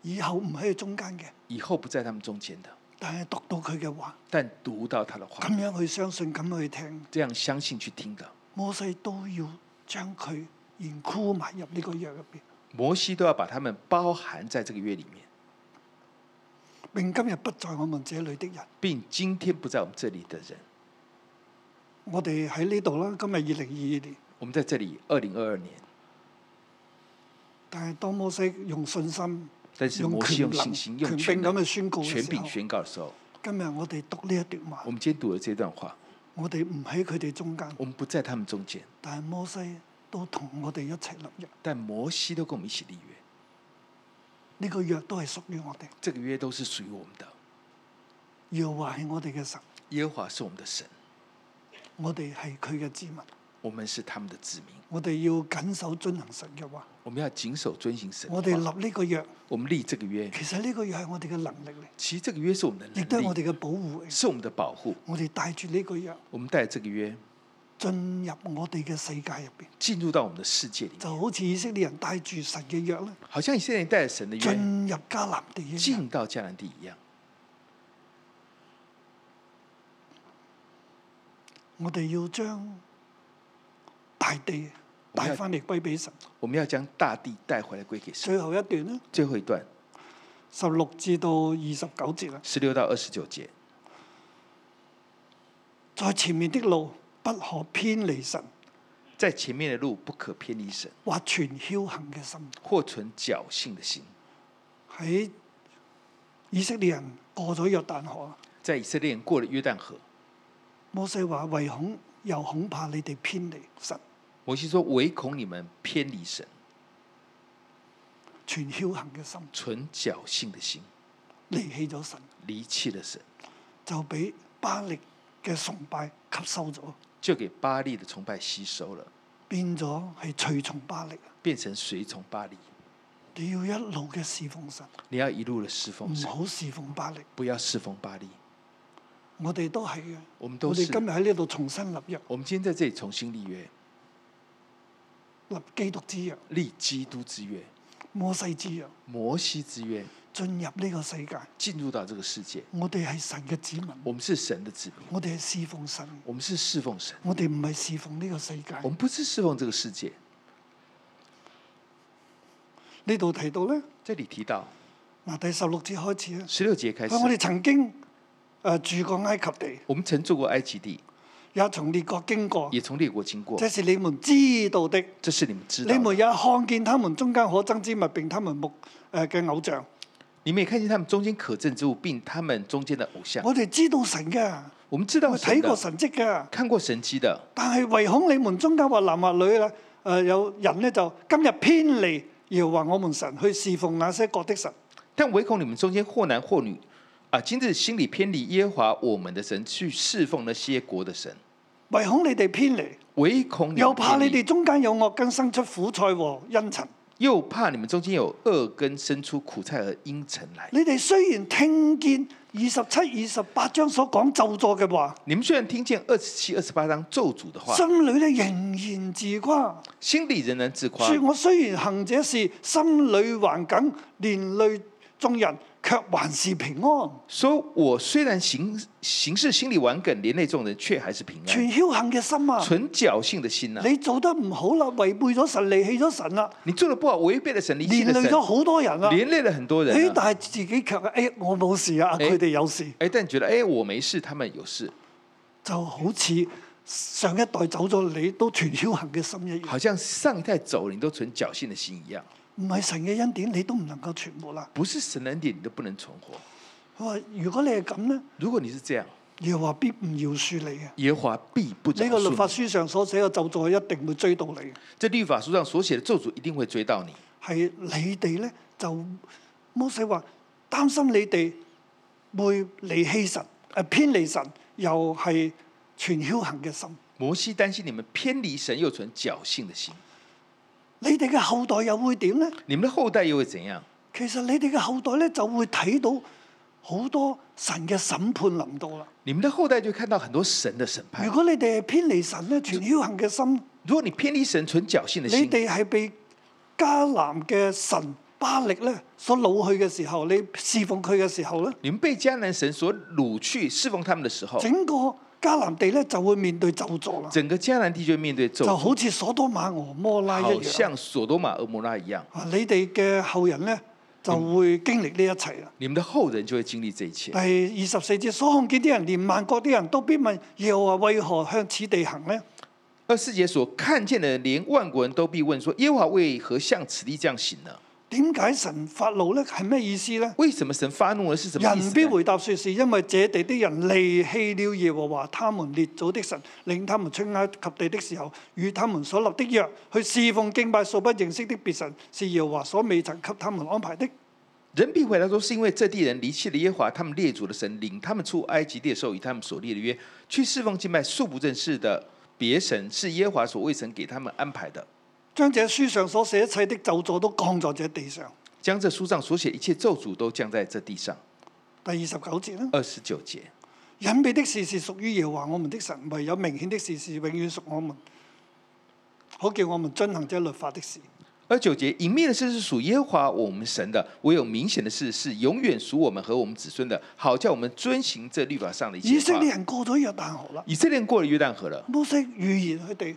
S2: 以後唔喺佢中間嘅，
S3: 以后不在他们中间的，
S2: 但係讀到佢嘅話，
S3: 但读到他的话
S2: 咁，樣去相信，咁去聽，
S3: 这样相信去听的，
S2: 摩西都要將佢連箍埋入呢個約入邊。
S3: 摩西都要把他们包含在这个约里面，
S2: 並今日不在我們這裏的人，
S3: 并今天不在我们这里的人，
S2: 我哋喺呢度啦。今日二零二二年，
S3: 我们在这里二零二二年，
S2: 但係當摩西用信心、
S3: 但是
S2: 用
S3: 摩西
S2: 權
S3: 用
S2: 能、
S3: 信心、用
S2: 權
S3: 权
S2: 柄咁
S3: 能、
S2: 去宣告嘅
S3: 权
S2: 時
S3: 柄
S2: 候，
S3: 宣告的时候，
S2: 今日我哋讀呢一段話
S3: 我，们今天读了这段话，
S2: 我哋唔喺佢哋中間。
S3: 我们不在他们中间，
S2: 但係摩西都同我哋一齊立約，
S3: 但摩西都跟我们一起立约，
S2: 呢、個約都係屬於我哋。
S3: 这个约都是属于我们的，
S2: 耶和華係我哋嘅神，
S3: 耶和华是我们的神。
S2: 我哋係佢嘅子民，
S3: 我们是他们的子民，
S2: 我哋要緊守遵行神嘅話。
S3: 我们要谨守遵行神的话。
S2: 我哋立呢個約，
S3: 我们立这个约，
S2: 其實呢個約係我哋嘅能力嚟，
S3: 其实这个约是我们的
S2: 亦都係
S3: 能
S2: 我
S3: 力，
S2: 哋嘅保護嚟。
S3: 是我们的保护。
S2: 我哋帶住呢個約，
S3: 我们带着这个约
S2: 進入我哋嘅世界入邊，
S3: 进入到我们的世界里面，
S2: 就好似以色列人帶住神嘅約咧，
S3: 好像以色列人带着神的约
S2: 進入迦南地一樣。
S3: 进到迦南地一样。
S2: 我哋要將大地
S3: 我哋
S2: 帶
S3: 要
S2: 翻嚟歸俾神。
S3: 我们要将大地带回来归给神。
S2: 最後一段咧，
S3: 最后一段
S2: 十六至到二十九節啦。
S3: 十六到二十九节，
S2: 在前面的路不可偏離神，
S3: 在前面的路不可偏离神，
S2: 或存僥倖嘅心。
S3: 或存侥幸的心。
S2: 喺以色列人過咗約旦河，
S3: 在以色列人过了约旦河，
S2: 摩西話：唯恐又恐怕你哋偏離神，
S3: 摩西说：“唯恐你们偏离神，
S2: 存僥倖嘅心，
S3: 存侥幸的心，
S2: 離棄咗神，
S3: 离弃了神，
S2: 就俾巴力嘅崇拜吸收咗，
S3: 就给巴利的崇拜吸收了，
S2: 變咗係隨從巴力。
S3: 变成随从巴利。
S2: 你要一路嘅侍奉神，
S3: 你要一路的侍
S2: 唔
S3: 奉神，
S2: 好侍奉巴力。
S3: 不要侍奉巴利。
S2: 我哋都係嘅，
S3: 我们都
S2: 我
S3: 是
S2: 哋。今日喺呢度重新立約，
S3: 我们今天在这里重新立约，
S2: 立基督之約、
S3: 立基督之约、
S2: 摩西之約，
S3: 摩西之约，
S2: 進入呢個世界。
S3: 进入到这个世界。
S2: 我哋係神嘅子民，
S3: 我们是神的子民，
S2: 我哋係侍奉神，
S3: 我们是侍奉神，
S2: 我哋唔係侍奉呢個世界。
S3: 我们不是侍奉这个世界。
S2: 呢度提到咧，
S3: 这里提到
S2: 嗱第十六節開始咧，
S3: 十六节开
S2: 佢
S3: 始
S2: 話，我哋曾經誒住過埃及地，
S3: 我们曾住过埃及地，
S2: 也從列國經過
S3: 也，从列国经过
S2: 這，是你們知道的。
S3: 这是你们知道
S2: 你
S3: 的。
S2: 們也看見他們中間可憎之物，並他們木誒嘅偶像。
S3: 你们也看见他们中间可证之物，并他们中间的偶像。
S2: 我哋知道神嘅，
S3: 我们知道
S2: 我
S3: 神
S2: 睇過
S3: 的，
S2: 神跡嘅，
S3: 看过神迹的，
S2: 但係唯恐你們中間或男或女啦，誒、呃有人咧就今日偏離耶和華我們神去侍奉那些國的神。
S3: 但唯恐你们中间或男或女，啊，今日心里偏离耶和华我们的神，去侍奉那些国的神。
S2: 唯恐你哋偏離，
S3: 唯恐你
S2: 又
S3: 们
S2: 怕你
S3: 偏离
S2: 哋中間有惡根生出苦菜和茵陳。
S3: 又怕你们中间有恶根生出苦菜和阴尘来。
S2: 你哋雖然聽見二十七、二十八章所講咒詛嘅話，
S3: 你们虽然听见二十七、二十八章咒诅的话，
S2: 心裏咧仍然自誇，
S3: 心里仍然自夸，
S2: 說我雖然行這事，心裏還梗，連累眾人，卻還是平安。
S3: 说我虽然行行事心里顽梗，连累众人，却还是平
S2: 全
S3: 安。
S2: 僥倖嘅心啊！
S3: 存侥幸的心呐、啊
S2: 你做得唔好啦，違背咗神，離棄咗神啦，
S3: 你做的不好，违背了神，离弃
S2: 連
S3: 了
S2: 累
S3: 神
S2: 咗，好多人啦。
S3: 连累了很多人
S2: 誒，
S3: 啊、
S2: 但係自己卻誒、哎我冇事啊，
S3: 誒
S2: 佢哋有事，
S3: 哎，但你觉得哎，我没事，他们有事，
S2: 就好似上一代走咗你都全僥倖嘅心一樣。
S3: 好像上一代走了，你都存侥幸的心一样。
S2: 唔係神嘅恩典，你都唔能夠全沒啦。
S3: 不是神恩典，你都不能存活。
S2: 佢話：如果你係咁咧，
S3: 如果你是这样，
S2: 耶和華必唔饒恕你嘅。
S3: 耶和華必不饶
S2: 呢個律法
S3: 恕
S2: 書
S3: 你。
S2: 上所寫嘅咒詛一定會追到你，
S3: 这律法书上所写的咒诅一定会追到你。
S2: 係你哋咧就摩西話擔心你哋會離棄神，誒、呃偏離神，又係全僥倖嘅心。
S3: 摩西担心你们偏离神，又存侥幸的心。
S2: 你哋嘅後代又會點咧？
S3: 你们的后代又会怎样？
S2: 其實你哋嘅後代咧就會睇到好多神嘅審判臨到啦。
S3: 你们的后代就看到很多神的审判
S2: 如。果你哋係偏離神咧，全僥倖嘅心。
S3: 如果你偏离神，存侥幸的
S2: 你
S3: 心，
S2: 哋係被迦南嘅神巴力咧所擄去嘅時候，你侍奉佢嘅時候咧，
S3: 你们被迦南神所掳去侍奉他们的时候，
S2: 整個迦南地咧就會面對咒詛啦，
S3: 整个迦南地就面对咒
S2: 就
S3: 诅，
S2: 好似所多瑪俄摩拉一
S3: 好
S2: 樣。
S3: 像索多玛、俄摩拉一样。
S2: 啊你哋嘅後人咧就
S3: 嗯
S2: 會經歷呢一切啦。
S3: 你们的后人就会经历这一切
S2: 第。二十四節所看見啲人，連萬國啲人都必問耶和華為何向此地行呢？
S3: 二十四节所看见的，连万国人都必问说：耶和华为何像此地这样行呢？
S2: 點解神發怒咧？係咩意思咧？
S3: 为什么神发怒了？是什么意思
S2: 人必
S3: 呢？
S2: 回答說：是因為這地的人離棄了耶和華他們列祖的神，領他們出埃及地的時候，與他們所立的約，去侍奉敬拜素不認識的別神，是耶和華所未曾給他們安排的。
S3: 人必回答说：“是因为这地人离弃了耶和华他们列祖的神，领他们出埃及地的时候与他们所立的约，去侍奉敬拜素不正式的别神，是耶和华所未曾给他们安排的，
S2: 將這書上所寫一切的咒詛都降在這地上。
S3: 将这书上所写一切咒诅都降在这地上。”
S2: 第二十九節啦，
S3: 二十九节，
S2: 隱秘的事是屬於耶和華我們的神，唯有明顯的事是永遠屬我們，好叫我們遵行這律法的事。
S3: 而九节，隐秘的事是属耶和华我们神的，唯有明显的事是永远属我们和我们子孙的，好叫我们遵行这律法上的一
S2: 以
S3: 切
S2: 色
S3: 话
S2: 列。人過咗約旦河啦，
S3: 以色列人过了约旦河了，
S2: 摩西預言佢哋，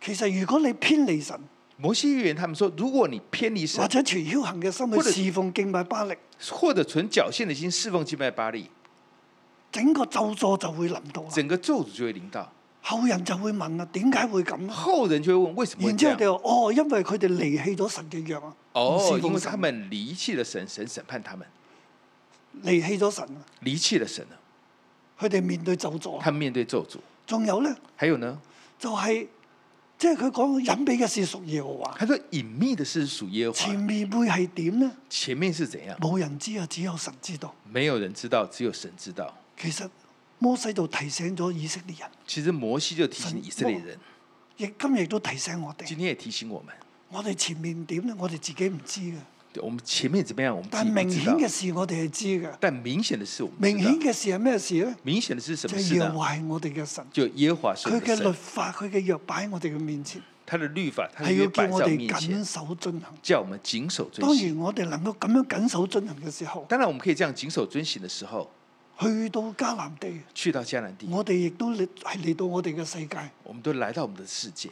S2: 其實如果你偏離神
S3: 摩西预言他们说，如果你偏离神
S2: 或，者存僥倖嘅心
S3: 或者
S2: 去侍奉敬拜巴力，
S3: 或者存侥幸的心侍奉敬拜巴利，
S2: 整個咒詛就會臨到啦。
S3: 整个咒诅就会临到。
S2: 後人就會問啦，點解會咁咧？
S3: 后人就会问，为什么会
S2: 然
S3: 这
S2: 之後佢？哋
S3: 樣
S2: 話：哦，因為佢哋離棄咗神嘅約啊，唔
S3: 哦，
S2: 侍
S3: 因
S2: 奉
S3: 为他
S2: 神，
S3: 们离弃了神，神审判他们，
S2: 離棄咗神啊，
S3: 离弃了神了，
S2: 佢哋面對咒詛。啊
S3: 他们面对咒诅。
S2: 仲有咧，
S3: 还有呢，
S2: 就係即係佢講隱秘嘅事屬耶和華，
S3: 他说隐秘的事是属耶和
S2: 前
S3: 华，
S2: 面會係點咧？
S3: 前面是怎样，
S2: 冇人知啊，只有神知道。
S3: 没有人知道，只有神知道。
S2: 其實摩西度提醒咗以色列人，
S3: 其实摩西就提醒以色列人，
S2: 亦今日亦都提醒我
S3: 今
S2: 哋，
S3: 天也提醒我们，
S2: 我哋前面點咧？我哋自己唔知嘅，
S3: 我们前面怎么样，我们自
S2: 但
S3: 己
S2: 明
S3: 不知
S2: 顯
S3: 道
S2: 嘅。事我哋係知嘅。
S3: 但明显的是，我们
S2: 明
S3: 知
S2: 顯
S3: 道，
S2: 嘅事係咩事咧？
S3: 明显的是什
S2: 就
S3: 么
S2: 係
S3: 事
S2: 耶
S3: 呢
S2: 和？華係我哋嘅神，
S3: 就耶和华是我
S2: 佢
S3: 们的
S2: 嘅律
S3: 神，
S2: 法、佢嘅約擺喺我哋嘅面前，
S3: 他的律法，他的
S2: 係
S3: 约
S2: 要叫
S3: 摆
S2: 我
S3: 在我
S2: 哋
S3: 们面
S2: 緊
S3: 前，
S2: 守遵行。
S3: 叫我们谨守遵
S2: 當
S3: 行。
S2: 然，我哋能夠咁樣緊守遵行嘅時候，
S3: 当然，我们可以这样谨守遵行的时候，
S2: 去到迦南地，
S3: 去到迦南地，
S2: 我哋亦都嚟係嚟到我哋嘅世界，
S3: 我们都来到我们的世界，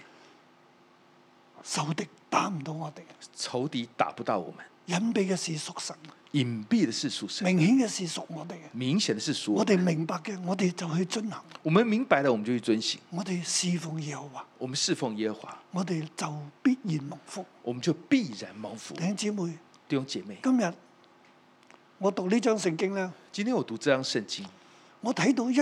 S2: 仇敵打唔到我哋。
S3: 仇敌打不到我们。
S2: 隱秘嘅事屬神，
S3: 隐蔽的是属神，
S2: 明顯嘅事屬我哋嘅。
S3: 明显的是属我
S2: 我
S3: 们。
S2: 哋明白嘅，我哋就去遵行。
S3: 我们明白了，我们就去遵行。
S2: 我哋侍奉耶和華，
S3: 我们侍奉耶和华，
S2: 我哋就必然蒙福。
S3: 我们就必然蒙福
S2: 弟。兄姊妹，
S3: 弟兄姐妹，
S2: 今日我讀呢章聖經咧。
S3: 今天我读这张圣经，
S2: 我睇到一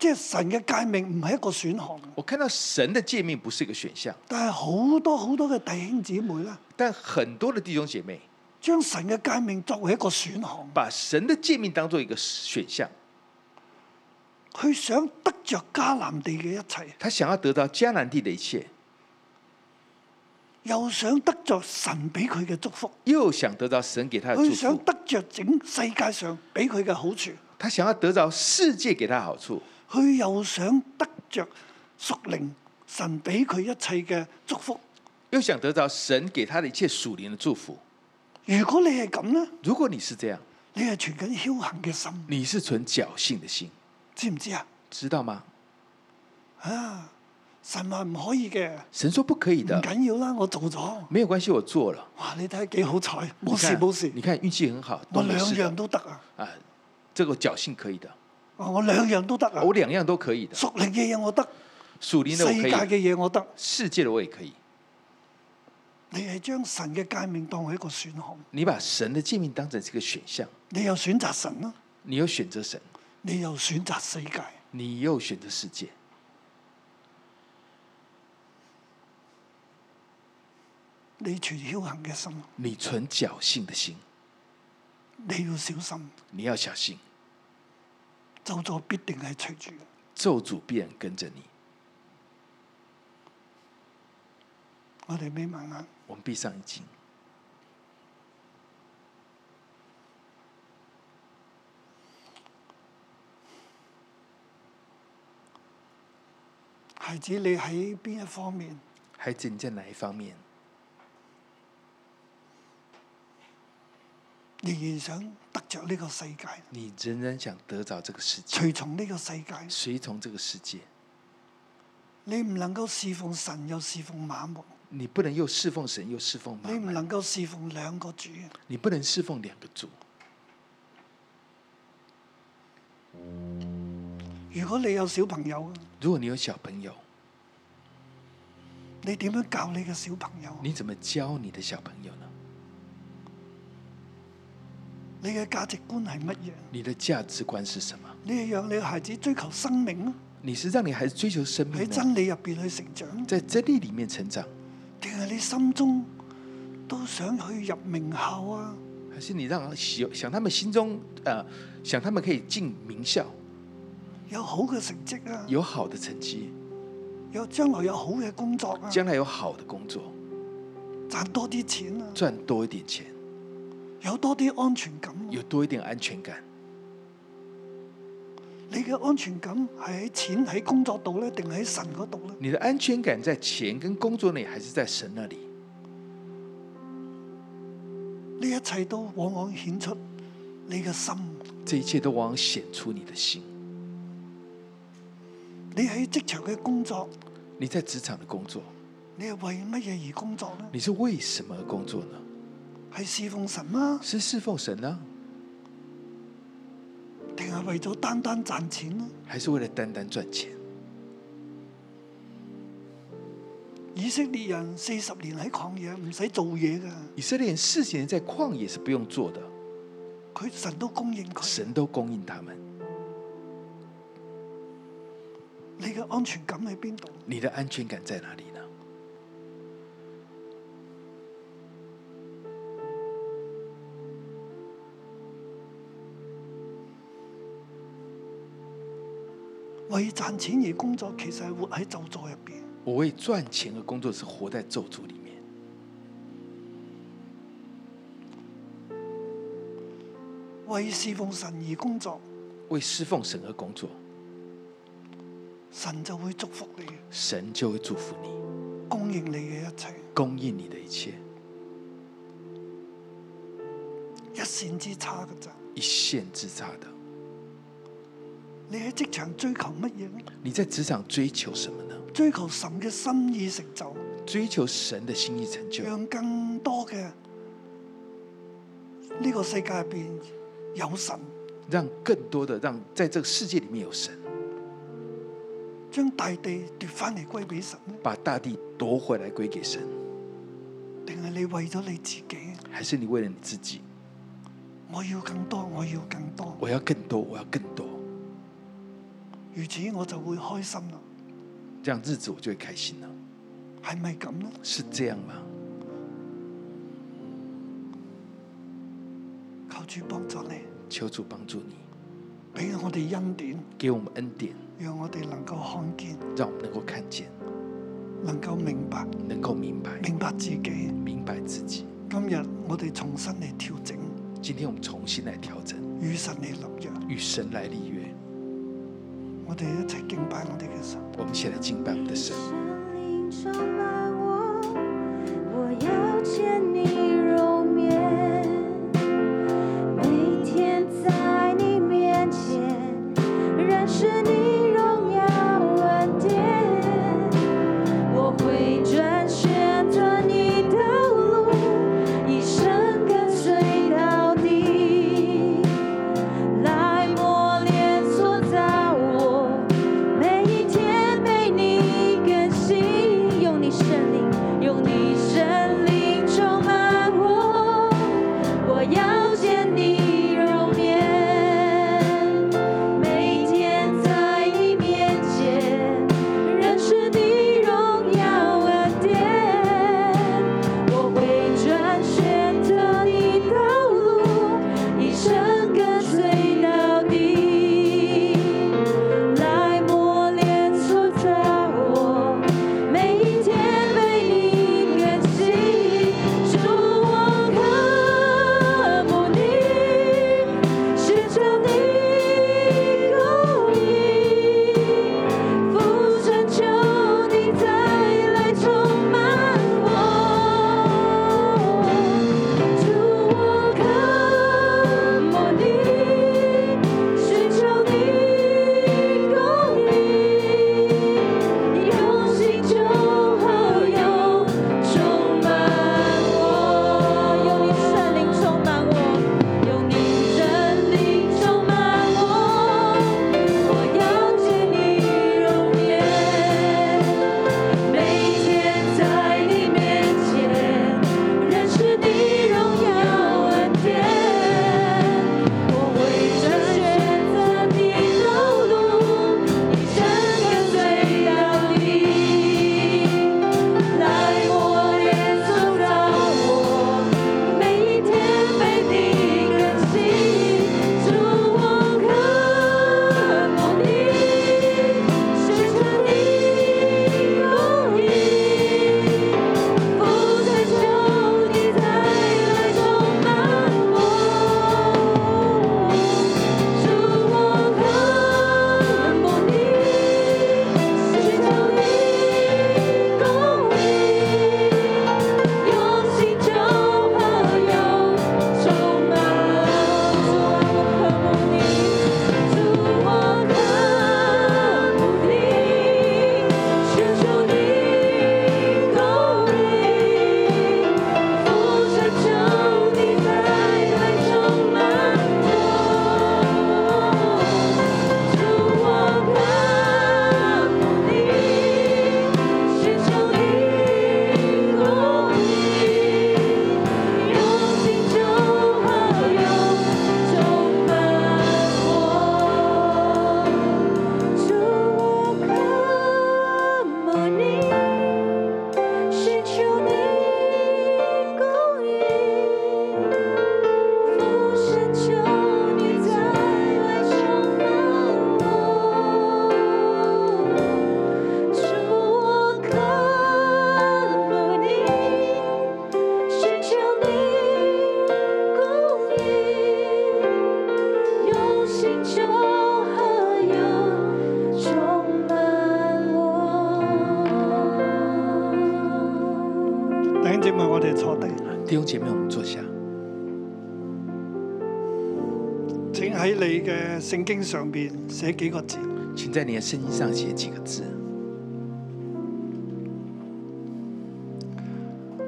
S2: 即係神嘅誡命唔係一個選項，
S3: 我看到神的诫命不是一个选项，
S2: 但係好多好多嘅弟兄姊妹咧，
S3: 但很多的弟兄姐妹
S2: 將神嘅誡命作為一個選項，
S3: 把神的诫命当做一个选项，
S2: 佢想得着迦南地嘅一切，
S3: 他想要得到迦南地的一切，
S2: 又想得着神俾佢嘅祝福，
S3: 又想得到神给他的
S2: 佢
S3: 祝
S2: 想
S3: 福，
S2: 得着整世界上俾佢嘅好處，
S3: 他想要得到世界给他好处，
S2: 佢又想得着屬靈神俾佢一切嘅祝福。
S3: 又想得到神给他的一切属灵的祝福。
S2: 如果你係咁呢，
S3: 如果你是这样，
S2: 你係存緊僥倖嘅心，
S3: 你是存侥幸的心，
S2: 知唔知啊？
S3: 知道吗？
S2: 啊，神話唔可以嘅。
S3: 神说不可以
S2: 唔
S3: 的，
S2: 緊要啦，我做咗。
S3: 没有关系，我做了。
S2: 哇！你睇下幾好彩，
S3: 你
S2: 冇事
S3: 看
S2: 冇事
S3: 你，看运气很好，
S2: 我
S3: 都没
S2: 兩
S3: 事的
S2: 樣都得啊！
S3: 啊，这个侥幸可以的，
S2: 啊我兩樣都得啊！
S3: 我哦两样都可以的，
S2: 屬靈嘅嘢我得，
S3: 属灵
S2: 世
S3: 的我可
S2: 界
S3: 以，
S2: 嘅嘢我得。
S3: 世界的我也可以。
S2: 你係將神嘅界面當係一個選項，
S3: 你把神的诫命当成是个选项，
S2: 你又選擇神啦，
S3: 你又选择神，
S2: 你又選擇世界。
S3: 你又选择世界。
S2: 你存僥倖嘅心，
S3: 你存侥幸的心，
S2: 你要小心，
S3: 你要小心，
S2: 咒詛必定係隨住。
S3: 咒诅必然跟着你。
S2: 我哋眯埋眼，
S3: 我们闭上眼睛，
S2: 孩子你喺邊一方面，
S3: 孩子，你在哪一方面
S2: 仍然想得着呢個世界，
S3: 你仍然想得着这个世界，
S2: 隨從呢個世界，
S3: 随从这个世界？
S2: 你唔能夠侍奉神又侍奉馬門。
S3: 你不能又侍奉神又侍奉
S2: 你唔
S3: 妈妈，
S2: 能夠侍奉兩個主，
S3: 你不能侍奉两个主。
S2: 如果你有小朋友，
S3: 如果你有小朋友，
S2: 你點樣教你嘅小朋友？
S3: 你怎么教你的小朋友呢？
S2: 你嘅價值觀係乜嘢？
S3: 你的价值观是什么？
S2: 你係讓你嘅孩子追求生命啊，
S3: 你是让你孩子追求生
S2: 喺
S3: 命呢，
S2: 真理入邊去成長，
S3: 在真理里面成长，
S2: 定係你心中都想去入名校啊？
S3: 还是你让想想他们心中呃想他们可以进名校，
S2: 有好嘅成績啊，
S3: 有好的成绩，
S2: 有將來有好嘅工作啊，
S3: 将来有好的工作，
S2: 賺多啲錢啊，
S3: 赚多一点钱，
S2: 有多啲安全感啊。
S3: 有多一点安全感。
S2: 你嘅安全感係喺錢喺工作度咧，定喺神嗰度咧？
S3: 你的安全感在钱跟工作内，还是在神那里？
S2: 呢一切都往往顯出你嘅心。
S3: 这一切都往往显出你的心。
S2: 你喺職場嘅工作，
S3: 你在职场的工作，
S2: 你係為乜嘢而工作呢？
S3: 你是为什么而工作呢？
S2: 係侍奉神嗎？
S3: 是侍奉神呢，
S2: 定係為咗單單賺錢呢？
S3: 还是为了单单赚钱？
S2: 以色列人四十年喺曠野，唔使做嘢㗎，
S3: 以色列人四十年在旷野是不用做的，
S2: 佢神都供應佢。
S3: 神都供应他们。
S2: 你嘅安全感喺邊度？
S3: 你的安全感在哪里呢？
S2: 為賺錢而工作，其實係活喺咒詛入邊。
S3: 我为赚钱而工作是活在咒诅里面。
S2: 為侍奉神而工作，
S3: 为侍奉神而工作，
S2: 神就會祝福你，
S3: 神就会祝福你，
S2: 供應你嘅一切。
S3: 供应你的一切。
S2: 一線之差嘅咋？
S3: 一线之差的，
S2: 你喺職場追求乜嘢呢？
S3: 你在职场追求什么呢？
S2: 追求神嘅心意成就，
S3: 追求神的心意成就，
S2: 讓更多嘅呢個世界入邊有神，
S3: 让更多的让在这个世界里面有神，
S2: 將大地奪翻嚟歸俾神呢？
S3: 把大地夺回来归给神，
S2: 定係你為咗你自己？
S3: 还是你为了你自己？
S2: 我要更多，我要更多，
S3: 我要更多，我要更多，
S2: 如此我就會開心啦。
S3: 这样日子我就会开心了。
S2: 係咪咁呢？
S3: 是这样吗？
S2: 求主幫助你，
S3: 求主帮助你，
S2: 俾我哋恩典，
S3: 给我们恩典，
S2: 讓我哋能夠看見，
S3: 让我们能够看见，
S2: 能夠明白，
S3: 能够明白，
S2: 明白自己。今
S3: 明白自己。
S2: 日我哋重新嚟調整，
S3: 今天我们重新来调整，
S2: 與神嚟立約。
S3: 与神来立约。
S2: 我哋一齊敬拜我哋嘅神。
S3: 我们一起来敬拜我们的神。
S4: 神灵充满我，我要见你容面，每天在你面前，认识你荣耀恩典，我会转旋转你的路，一生跟随到底。来磨练塑造我，每一天被你更新，用你生寻求你供应。俯身求你在爱上放纵，主啊我渴慕你，寻求你供应，用心求和油充满我。
S2: 弟兄姊妹，我哋坐低，
S3: 弟兄姐妹，我们坐下，
S2: 請喺你嘅聖經上邊寫幾個字，
S3: 请在你的圣经上写几个字，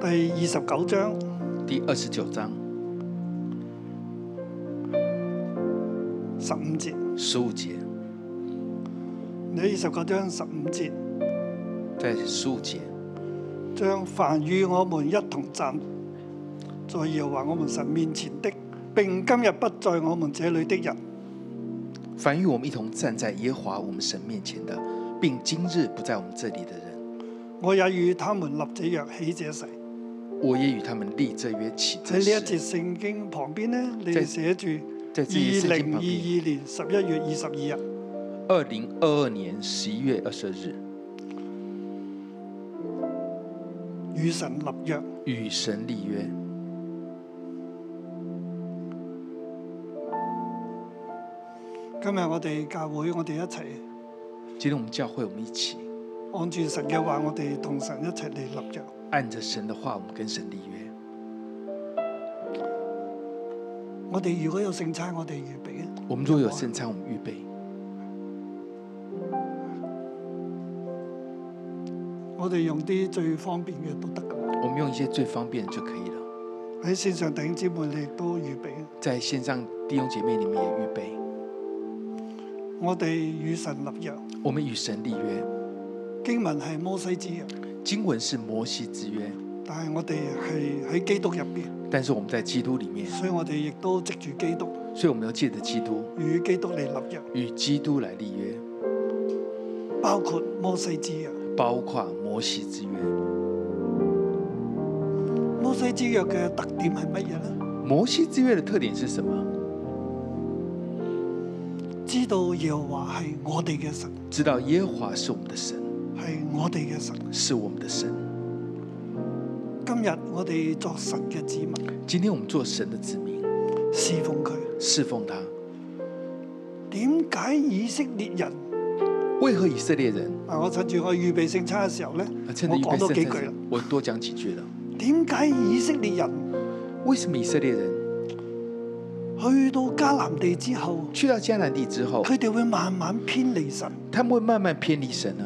S2: 第二十九章
S3: 第二十九章
S2: 十五節。
S3: 十五节，
S2: 你二十九章十五節，
S3: 在十五节，
S2: 將凡與我們一同站在耶和華我們神面前的，並今日不在我們這裏的人，
S3: 凡与我们一同站在耶和华我们神面前的，并今日不在我们这里的人，
S2: 我也與他們立這約起這誓。
S3: 我也与他们立这约起
S2: 喺
S3: 这
S2: 呢一
S3: 誓
S2: 節。聖經旁邊呢，你
S3: 即係
S2: 哋寫住
S3: 即係自己
S2: 二
S3: 聖經
S2: 零二
S3: 旁邊
S2: 二年十一月二十二日。
S3: 二零二二年十一月二十二日，
S2: 與神立約，
S3: 与神立约，
S2: 今日我哋教會，我哋一齊
S3: 今天我们教会我们一起
S2: 按住神嘅話，我哋同神一齊嚟立約。
S3: 按着神的话，我们跟神立约。
S2: 我哋如果有聖餐，我哋預備啊！
S3: 我们若有圣餐，我们预备。
S2: 我哋用啲最方便嘅都得㗎。
S3: 我们用一些最方便的就可以了。
S2: 喺線上弟兄姊妹，你亦都預備啊！
S3: 在线上弟兄姐妹，你们也预备。
S2: 我哋與神立約，
S3: 我们与神立約，
S2: 經文係摩西之約，
S3: 经文是摩西之约，
S2: 但係我哋係喺基督入邊，
S3: 但是我们在基督里面，
S2: 所以我哋亦都藉住基督
S3: 所以我们要借着基督
S2: 與基督嚟立約，
S3: 与基督来立约，
S2: 包括摩西之約。
S3: 包括摩西之约。
S2: 摩西之約嘅特點係乜嘢呢？
S3: 摩西之约的特点是什么？
S2: 知道耶和華係我哋嘅神，
S3: 知道耶和华是我们的神，
S2: 係我哋嘅神。
S3: 是我们的神。
S2: 今日我哋作神嘅子民，
S3: 今天我们做神的子民，
S2: 侍奉佢。
S3: 侍奉他。
S2: 點解以色列人
S3: 为何以色列人？
S2: 嗱？我趁住我預備聖餐嘅時候呢，
S3: 啊
S2: 我
S3: 趁着预备
S2: 講多幾
S3: 圣
S2: 句啊啦
S3: 餐。，我多讲幾句了。
S2: 點解以色列人
S3: 为什么以色列人
S2: 去到迦南地之後，
S3: 去到迦南地之后，
S2: 佢哋會慢慢偏離神，
S3: 他们会慢慢偏离神呢？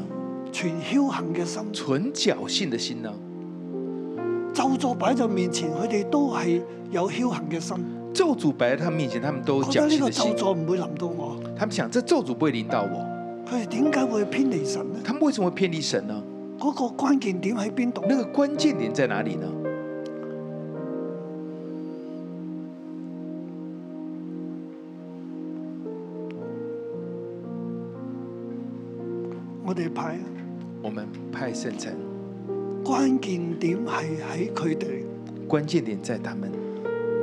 S2: 存僥倖嘅心，
S3: 存侥幸的心呢？
S2: 咒詛擺在面前，佢哋都係有僥倖嘅心，
S3: 咒诅摆在他们面前，他们都有
S2: 覺得呢
S3: 侥幸
S2: 個
S3: 的
S2: 咒
S3: 心，
S2: 詛唔會臨到我。
S3: 他们想这咒诅不会临到我。
S2: 佢哋點解會偏離神呢？
S3: 他们为什么会偏离神呢？
S2: 嗰、個關鍵點喺邊度？
S3: 那个关键点在哪里呢？
S2: 我哋派啊
S3: 我们派圣餐，
S2: 關鍵點係喺佢哋
S3: 关键点在他们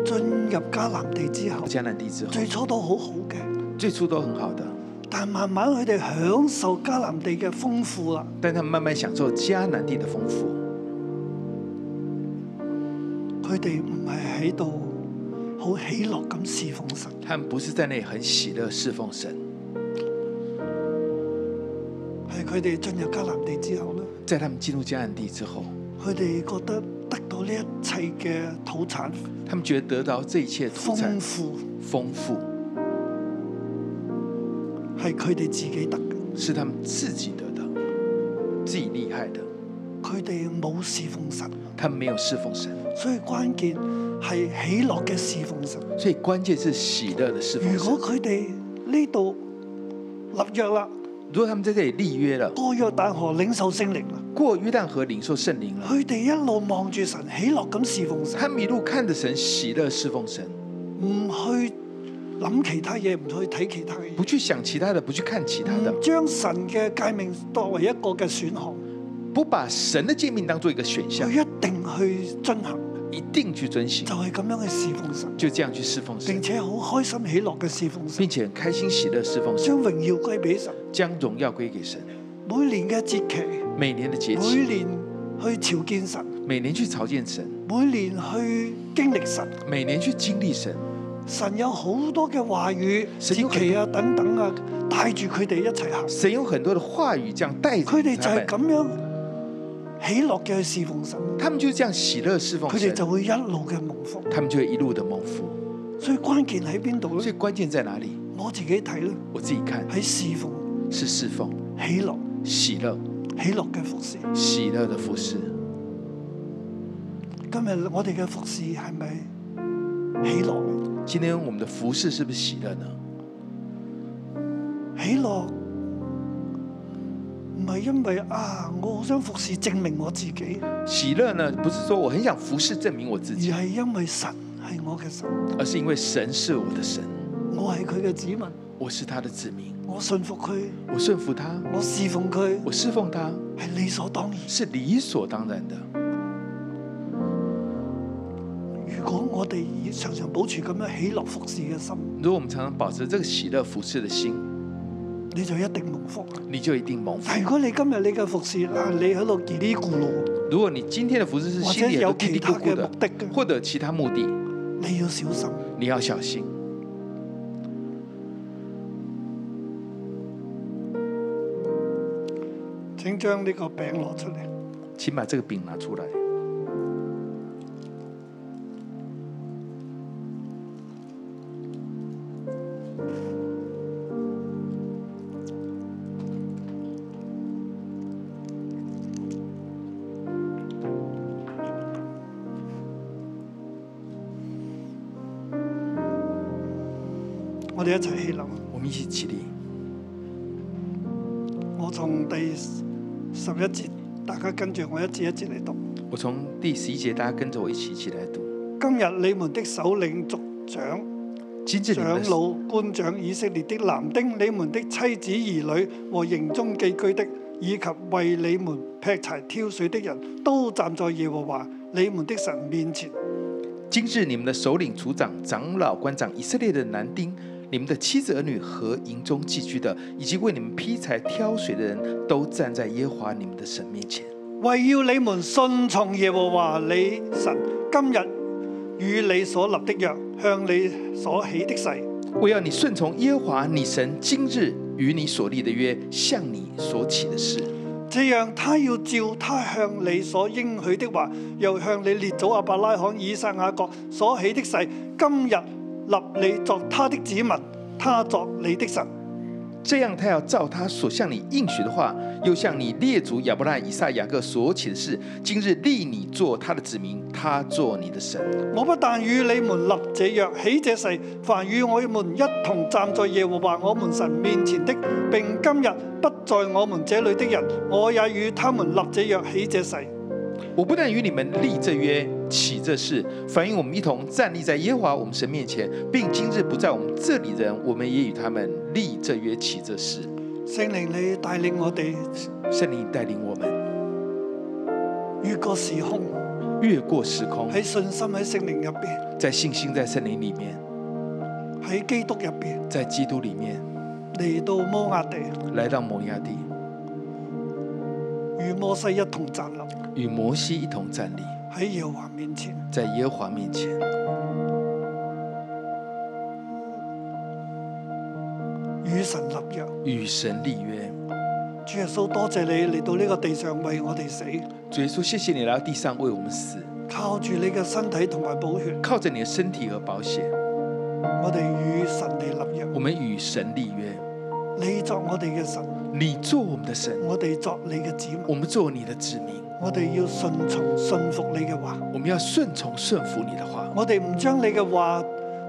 S2: 進入迦南地之後，
S3: 迦南地之后，
S2: 最初都好好嘅。
S3: 最初都很好的，
S2: 但慢慢佢哋享受迦南地嘅豐富啦，
S3: 但他们慢慢享受迦南地的丰富。
S2: 佢哋唔係喺度好喜樂咁侍奉神，
S3: 他们不是在那里很喜乐侍奉神，
S2: 係佢哋進入迦南地之後咧，
S3: 在他们进入迦南地之后，
S2: 佢哋覺得得到呢一切嘅土產
S3: 他们觉得得到这一切土
S2: 豐
S3: 产
S2: 富
S3: 丰富
S2: 係佢哋自己得嘅，
S3: 是他们自己得的，自己厉害的，
S2: 佢哋冇侍奉神，
S3: 他们没有侍奉神，
S2: 所以關鍵係喜樂嘅侍奉神。
S3: 所以关键是喜乐的侍奉
S2: 如
S3: 神
S2: 果。佢哋呢度立約啦，
S3: 如果他们在这里立约了，
S2: 過約旦河領受聖靈啦，
S3: 过约旦河领受圣灵了，
S2: 佢哋一路望住神，喜樂咁侍奉神。
S3: 他们一路看着神喜乐侍奉神，
S2: 唔去諗其他嘢，唔去睇其他嘅
S3: 不
S2: 嘢，
S3: 去想其他的，不去看其他的
S2: 唔，將神嘅誡命作為一個嘅選項，
S3: 不把神的诫命当做一个选
S2: 佢
S3: 项，
S2: 一定去遵行，
S3: 一定去遵行
S2: 就，係咁樣去侍奉神，
S3: 就这样去侍奉
S2: 並
S3: 神，
S2: 且好開心喜樂嘅侍奉神
S3: 并，且很开心喜乐侍奉神，
S2: 將榮耀歸俾神。
S3: 将荣耀归给神。
S2: 每年嘅節期，
S3: 每年的节
S2: 每
S3: 期，
S2: 年去朝見神，
S3: 每年去朝见神，
S2: 每年去經歷神。
S3: 每年去经历神，
S2: 神有好多嘅話語、
S3: 神有
S2: 節
S3: 很多
S2: 期啊等等啊，帶住佢哋一齊行。
S3: 神有很多的话语这样带着
S2: 佢哋就
S3: 他
S2: 係
S3: 们，
S2: 咁樣喜樂嘅去侍奉神，
S3: 他们就这样喜乐侍奉
S2: 佢哋
S3: 神，
S2: 就會一路嘅蒙福。
S3: 他们就会一路的蒙福。
S2: 所以關鍵喺邊度
S3: 所以
S2: 咧？
S3: 关键在哪里？
S2: 我自己睇咧，
S3: 我自己看
S2: 喺侍奉、
S3: 是侍奉、
S2: 喜樂、
S3: 喜乐、
S2: 喜樂嘅服侍。
S3: 喜乐的服侍。
S2: 今日我哋嘅服侍係咪喜樂咧？
S3: 今天我们的服侍是不是喜乐呢？
S2: 喜樂唔係因為啊，我好想服侍證明我自己，
S3: 喜乐呢，不是说我很想服侍证明我自
S2: 而
S3: 己，
S2: 係因為神係我嘅神，
S3: 而是因为神是我的神，
S2: 我係佢嘅子民，
S3: 我是他的子民，
S2: 我信服佢，
S3: 我顺服他，
S2: 我侍奉佢
S3: 我侍奉他
S2: 係理所當然。
S3: 是理所当然的。
S2: 如果我哋以常常保持咁樣喜樂服侍嘅心，
S3: 如果我们常常保持这个喜乐服侍的心，
S2: 你就一定蒙福。
S3: 你就一定蒙福
S2: 但。如果你今日你嘅服侍嗱，你喺度叽哩咕嚕，
S3: 如果你今天的服侍是
S2: 或
S3: 心
S2: 者
S3: 里有
S2: 有
S3: 嘀
S2: 其
S3: 嘀
S2: 他
S3: 咕咕
S2: 嘅
S3: 的
S2: 目，的嘅，
S3: 或者其他目的，
S2: 你要小心。
S3: 你要小心。
S2: 請將呢個餅攞出嚟。
S3: 请把这个饼拿出来。
S2: 我哋一齊起立。
S3: 我们一起起立。
S2: 我從第十一節，大家跟住我一節一節嚟讀。
S3: 我从第十一节，大家跟着我一起起来读。
S2: 今日你們的首領、族長、
S3: 今日你
S2: 長
S3: 们的
S2: 老、官長、以色列的男丁、你們的妻子、兒女和營中寄居的，以及為你們劈柴挑水的人，都站在耶和華你們的神面前。
S3: 今日你们的首领、族长、长老、官长、以色列的男丁，你们的妻子儿女和营中寄居的，以及为你们劈柴挑水的人，都站在耶和华你们的神面前，
S2: 為要你們信從耶和華你神，今日與你所立的約，向你所起的誓，
S3: 为要你顺从耶和华你神今日与你所立的约，向你所起的事。
S2: 這樣他要照他向你所應許的話，又向你列祖亞伯拉罕、以撒、雅各所起的誓，今日立你作他的子民，他作你的神。
S3: 这样，他要照他所向你应许的话，又向你列祖亚伯拉罕以撒、雅各所起的事，今日立你做他的子民，他做你的神。
S2: 我不但與你們立這約、起這誓，凡與我們一同站在耶和華我們神面前的，並今日不在我們這裏的人，我也與他們立這約、起這誓。
S3: 我不但与你们立这约、起这事，反映我们一同站立在耶和华我们神面前，并今日不在我们这里人，我们也与他们立这约、起这事。
S2: 聖靈，你帶領我哋
S3: 圣灵带领我们
S2: 越過時空，
S3: 越過時空，
S2: 喺信心喺聖靈入邊，
S3: 在信心、在圣灵里面，
S2: 喺基督入邊
S3: 在基督里面，
S2: 嚟到摩亞地，
S3: 来到摩崖地，
S2: 與摩西一同站立
S3: 与摩西一同站立
S2: 喺耶和華面前。
S3: 在耶和华面前。
S2: 與神立約，
S3: 与神立约。
S2: 主耶穌多謝你嚟到呢個地上為我哋死，
S3: 主耶稣，谢谢你来到地上为我们死，
S2: 靠住你嘅身體同埋寶血，
S3: 靠着你的身体和保险，
S2: 我哋與神嚟立約。
S3: 我们与神立约。
S2: 你作我哋嘅神，
S3: 你做我们的神，
S2: 我哋作你嘅子民，
S3: 我们做你的子民，
S2: 我哋要順從信服你嘅話，
S3: 我们要顺从顺服你的话。
S2: 我哋唔將你嘅話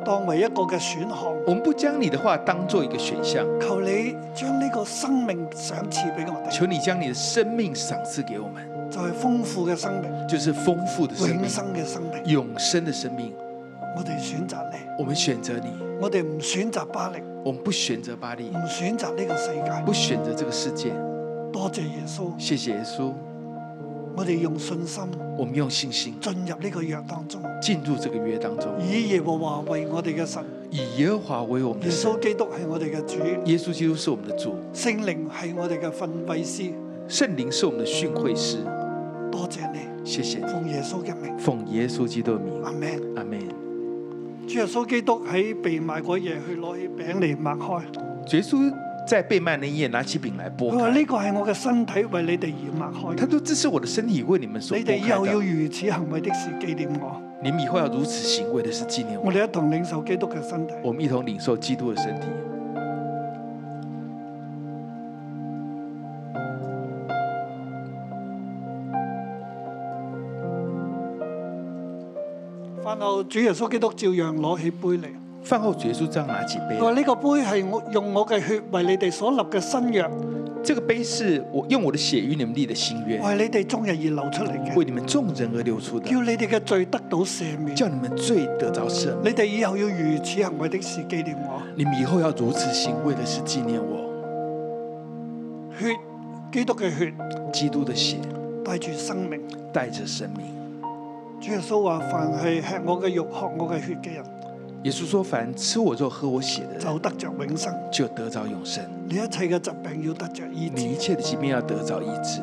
S2: 當為一個嘅選項，
S3: 我们不将你的话当做一个选项，
S2: 求你將呢個生命賞賜俾我哋，
S3: 求你将你的生命赏赐给我们，
S2: 就係豐富嘅生命、
S3: 就是丰富的生
S2: 永
S3: 命、
S2: 生嘅生命。
S3: 永生的生命。
S2: 我哋選擇你，
S3: 我们选择你，
S2: 我哋唔選擇巴力，
S3: 我们不选择巴利
S2: 唔，選擇呢個世界。
S3: 不选择这个世界。
S2: 多謝耶穌，
S3: 谢谢耶稣，
S2: 我哋用信心
S3: 我们用信心
S2: 進入呢個約當中，
S3: 进入这个约当中，
S2: 以耶和華為我哋嘅神，
S3: 以耶和华为我们
S2: 耶
S3: 的神，
S2: 穌基督係我哋嘅主，
S3: 耶稣基督是我們的主，
S2: 聖靈係我哋嘅訓慰師。
S3: 聖靈是我們的訓诲師。
S2: 多謝你，
S3: 謝謝你，
S2: 奉耶穌嘅名，
S3: 奉耶穌基督的名，
S2: 阿門。
S3: 阿門。
S2: 主耶穌基督喺被賣嗰夜，佢攞起餅嚟擘開，
S3: 主耶穌在被賣那一夜拿起餅來
S2: 佢
S3: 擘
S2: 話：呢
S3: 開，
S2: 個係我嘅身體，為你哋而擘
S3: 他
S2: 開。
S3: 說：“這是我的身體，為你們所
S2: 你
S3: 擘
S2: 哋以後
S3: 開
S2: 要
S3: 的。
S2: 如此行為的事紀念我。
S3: 你們以後要如此行為的是紀念
S2: 我
S3: 我。
S2: 哋一同領受基督嘅身體。
S3: 我們一同領受基督的身體。”
S2: 飯後，主耶穌基督照樣攞起杯嚟，
S3: 飯後，主耶穌這樣拿起杯
S2: 佢
S3: 來
S2: 話：呢個杯係我用我嘅血為你哋所立嘅新約，
S3: 這個杯是我用我的血與你們立的新約，
S2: 為你哋眾人而流出嚟嘅，
S3: 為你們眾人而流出的，
S2: 叫你哋嘅罪得到赦免。
S3: 叫你們罪得着赦免。
S2: 你哋以後要如此行為的事紀念我。
S3: 你們以後要如此行為的是紀念我。
S2: 血，基督嘅血
S3: 基督的血
S2: 帶住生命。
S3: 帶着生命。
S2: 主耶穌話：凡係吃我嘅肉、喝我嘅血嘅人，
S3: 耶穌说：“凡吃我肉、喝我血的人，
S2: 就得着永生。
S3: 就得着永生。
S2: 你一切嘅疾病要得着醫
S3: 你一
S2: 治，
S3: 切的疾病要得着医治。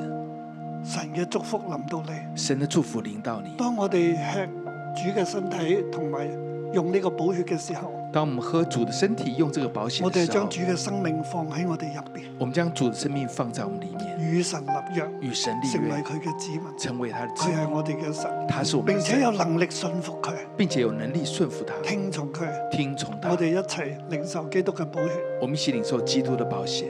S2: 神嘅祝福臨到你。
S3: 神的祝福临到你。
S2: 當我哋吃主嘅身體同埋用呢個寶血嘅時候，
S3: 当我们喝主的身体，用这个保险
S2: 我哋係
S3: 的时候
S2: 將，主嘅生命放喺我哋入邊，
S3: 我们将主的生命放在我们里面，
S2: 與神立約，
S3: 與神立
S2: 成為
S3: 约，
S2: 佢嘅子民。
S3: 成为他的子
S2: 佢係
S3: 民。
S2: 我哋嘅神，
S3: 他是我们
S2: 並
S3: 的
S2: 哎且
S3: 神，
S2: 有能力信服佢，
S3: 并且有能力顺服他，
S2: 聽從佢。
S3: 听从他
S2: 我。哋一齊領受基督嘅寶血。
S3: 我们一起领受基督的保险。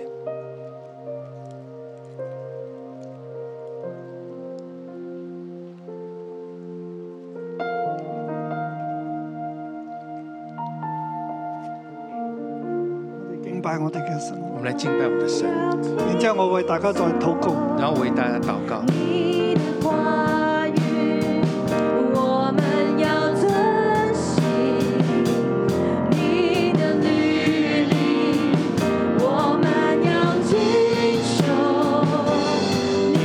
S2: 我哋敬拜我哋嘅神。
S3: 我们来敬拜我们的神，
S2: 然之後，我為大家再禱告。
S3: 然后为大家祷告。
S4: 你的话语，我们要珍惜；你的律例，我们要谨守；你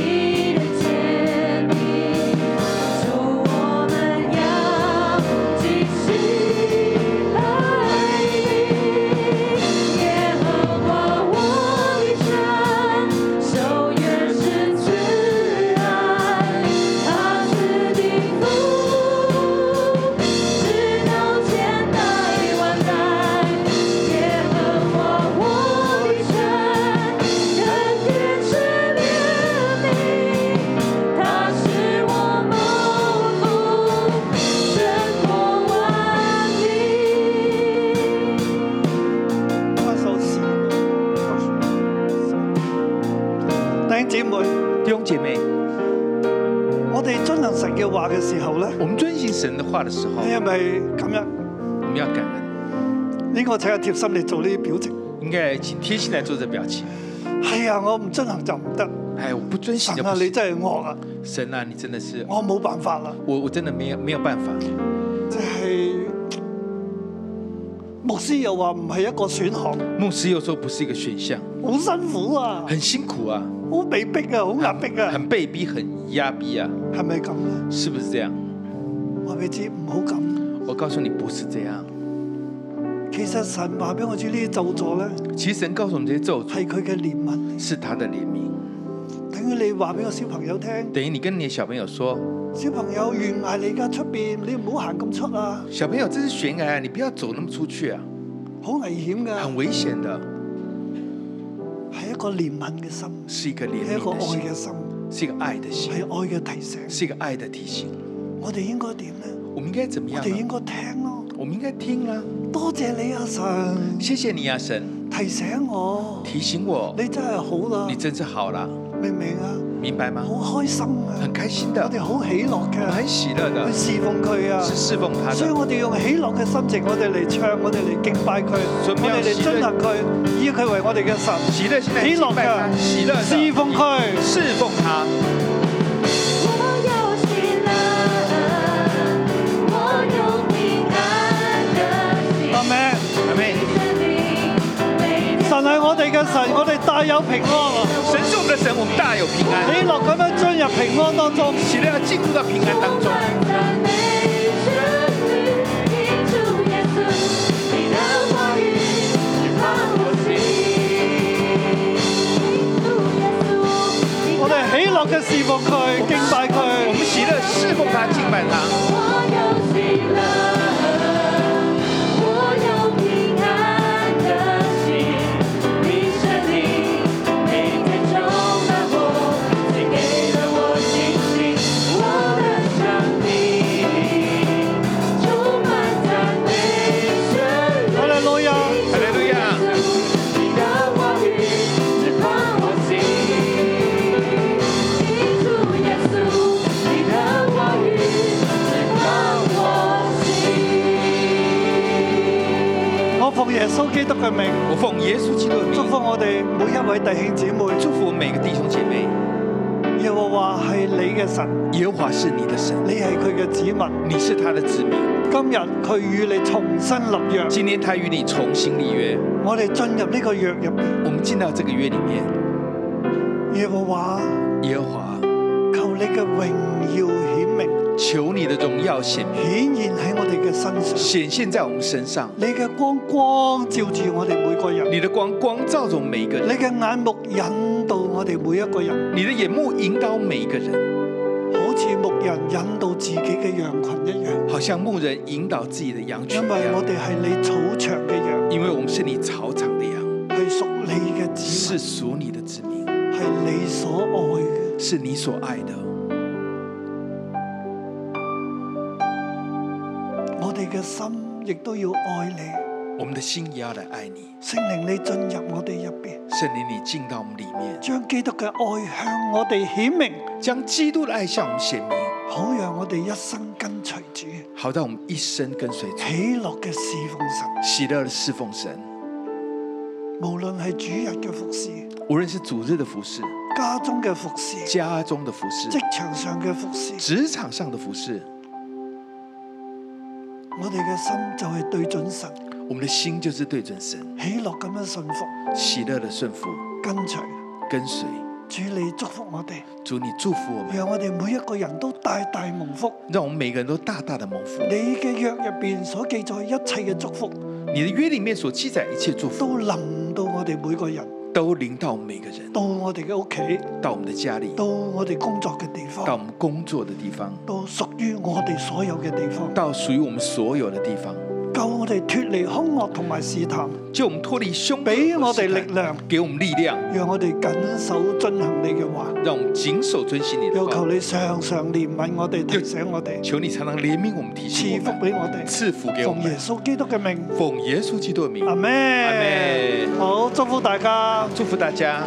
S4: 的诫命，主，我们要继续爱你。耶和华我的神。守约是慈爱，他是地福，直到千代万代。耶和华我的神，恩典是怜悯，他使我蒙福，胜过万民。
S2: 翻首詩弟兄姊妹，
S3: 弟兄姐妹，
S2: 我哋遵行神嘅話嘅時候咧，
S3: 我们遵行神的话的时候
S2: 你，係咪咁樣？
S3: 我们要感恩。
S2: 呢個請阿貼心嚟做呢啲表情。
S3: 应该请贴心来做这表情。
S2: 係啊，我唔遵行就唔得。
S3: 哎，我不遵行
S2: 神
S3: 的
S2: 啊，
S3: 不
S2: 你
S3: 行。
S2: 真係惡啊！
S3: 神啊，你真的是，
S2: 我冇辦法啦，
S3: 我我真的没有没有办法。
S2: 即係牧師又話唔係一個選項，
S3: 牧师又说不是一个选项，
S2: 好辛苦啊，
S3: 很辛苦啊，
S2: 好被逼啊，好壓迫啊，
S3: 很被逼，很压逼啊，
S2: 係咪咁啊？
S3: 是不是這樣？
S2: 話俾你知唔好咁。
S3: 我告诉你，不是這樣。
S2: 其實神話俾我知呢啲咒詛咧，
S3: 其實神告訴我們這些咒詛
S2: 係佢嘅憐憫。
S3: 是他的憐憫，
S2: 等於你話俾個小朋友聽，
S3: 等於你跟你的小朋友說，
S2: 小朋友懸崖你而家出邊，你唔好行咁出啊，
S3: 小朋友这是悬崖，啊你不要走那么出去啊，
S2: 好危險
S3: 很
S2: 㗎。
S3: 危險的，
S2: 係一個憐憫嘅心，
S3: 是一個憐
S2: 係一個
S3: 憫的
S2: 愛
S3: 心，
S2: 嘅心，
S3: 是一個愛的
S2: 係
S3: 心，
S2: 愛嘅提醒。
S3: 是一個愛的提醒。
S2: 我哋應該點呢？
S3: 我們應該怎麼
S2: 我
S3: 樣
S2: 哋應
S3: 呢？
S2: 該聽咯。
S3: 我們應該聽啦。
S2: 多謝你啊，神
S3: 謝謝你啊，神
S2: 提醒我，
S3: 提醒我，
S2: 你真係好啦
S3: 你，真是好啦，
S2: 明唔明啊？
S3: 明白嗎？
S2: 好開心啊
S3: 很！開心
S2: 我
S3: 的，
S2: 哋好喜樂
S3: 我
S2: 嘅，
S3: 很喜樂的
S2: 去，侍奉佢啊！
S3: 是侍奉他
S2: 所以
S3: 的。
S2: 我哋用喜樂嘅心情，我哋嚟唱，我哋嚟敬拜佢，
S3: 所以
S2: 我
S3: 我
S2: 哋
S3: 們要
S2: 嚟
S3: 喜樂
S2: 遵行佢，以佢為我哋嘅神。
S3: 喜樂心來敬拜他，喜樂的
S2: 侍奉佢
S3: 侍奉他。
S4: 我有喜乐，我有平安的心。
S2: 阿咩？
S3: 阿妹，
S2: 神
S4: 神
S2: 係我哋嘅嘅神，我哋大有平安啊！
S3: 神是我们的神，我们大有平安。
S2: 喜樂咁樣進入平安當中，
S3: 喜乐要进入到平安当中。
S2: 我哋喜樂嘅侍奉佢，敬拜
S3: 我
S2: 佢
S3: 们。喜乐侍奉他，敬拜他。
S2: 我哋老友，
S3: 哈利路亚。
S4: 你的话语直灌我心，主耶稣，你的话语直灌我心。
S2: 我奉耶穌基督嘅名，
S3: 我奉耶稣基督的名
S2: 祝，福我哋每一位弟兄姊妹。
S3: 祝福我们每个弟兄姐妹。
S2: 耶和華係你嘅神，
S3: 耶和华是你的神，
S2: 你係佢嘅子民。
S3: 你是他的子民。
S2: 今日佢與你重新立約，
S3: 今天他与你重新立约，
S2: 我哋進入呢個約入邊。
S3: 我们进到这个约里面。
S2: 耶和華，
S3: 耶和华，
S2: 求你嘅榮耀顯明，
S3: 求你的荣耀显
S2: 顯現喺我哋嘅身上。
S3: 显现在我们身上，
S2: 你嘅光光照住我哋每個人，
S3: 你的光光照着每一个
S2: 你
S3: 人，
S2: 嘅眼目引導我哋每一個人。
S3: 你的眼目引导每一个人，
S2: 好似牧人引導自己嘅羊群一樣，
S3: 好像牧人引导自己的羊群
S2: 因
S3: 一
S2: 為我
S3: 样。
S2: 哋係你草場嘅羊，
S3: 因为我们是你草场的羊，
S2: 係屬你嘅子
S3: 是属你的子民，
S2: 民，係你所愛嘅。
S3: 是你所爱的。
S2: 我哋嘅心亦都要愛你，
S3: 我们的心也要来爱你，
S2: 聖靈你進入我哋入邊，
S3: 圣灵你进到我们里面，
S2: 將基督嘅愛向我哋顯明，
S3: 将基督的爱向我们显明，
S2: 好讓我哋一生跟隨主，
S3: 好让我们一生跟随主，
S2: 喜樂嘅侍奉神。
S3: 喜乐的侍奉神。
S2: 無論係主日嘅服侍、
S3: 无论是主日的服饰、
S2: 家中嘅服侍、
S3: 家中的服饰、
S2: 職場上嘅服侍，
S3: 职场上的服饰，
S2: 我哋嘅心就係對準神，
S3: 我们的心就是对准神，
S2: 喜樂咁樣信服
S3: 喜乐的顺服
S2: 跟隨。
S3: 跟随。
S2: 主你祝福我哋，
S3: 主，你祝福我们，
S2: 让我哋每一个人都大大蒙福。
S3: 让我们每个人都大大的蒙福。
S2: 你嘅约入边所记载一切嘅祝福，
S3: 你的约里面所记载一切祝福，
S2: 都临到我哋每个人，
S3: 都临到我们每个人，
S2: 到我哋嘅屋企，
S3: 到我们的家里，
S2: 到我哋工作嘅地
S3: 到我
S2: 方，
S3: 们工作的地方，
S2: 到属于我哋所有嘅地方，
S3: 到属于我们所有的地方，
S2: 救我哋脱离凶恶同埋试探，
S3: 就我们脱离凶恶
S2: 俾
S3: 和
S2: 我
S3: 试
S2: 哋
S3: 探
S2: 力，量，
S3: 给我们力量，
S2: 让我哋谨守遵行你嘅话。
S3: 让我们谨守遵行你的
S2: 又
S3: 话。
S2: 求你常常怜悯我哋，提醒我哋，
S3: 求你常常怜悯我们，提
S2: 赐
S3: 醒我
S2: 福
S3: 们，
S2: 俾我哋。
S3: 赐福给我
S2: 奉耶
S3: 们。
S2: 稣基督嘅名，
S3: 奉耶稣基督的名，
S2: 阿
S3: 阿
S2: 咩？
S3: 门。
S2: 好，祝福大家。
S3: 祝福大家。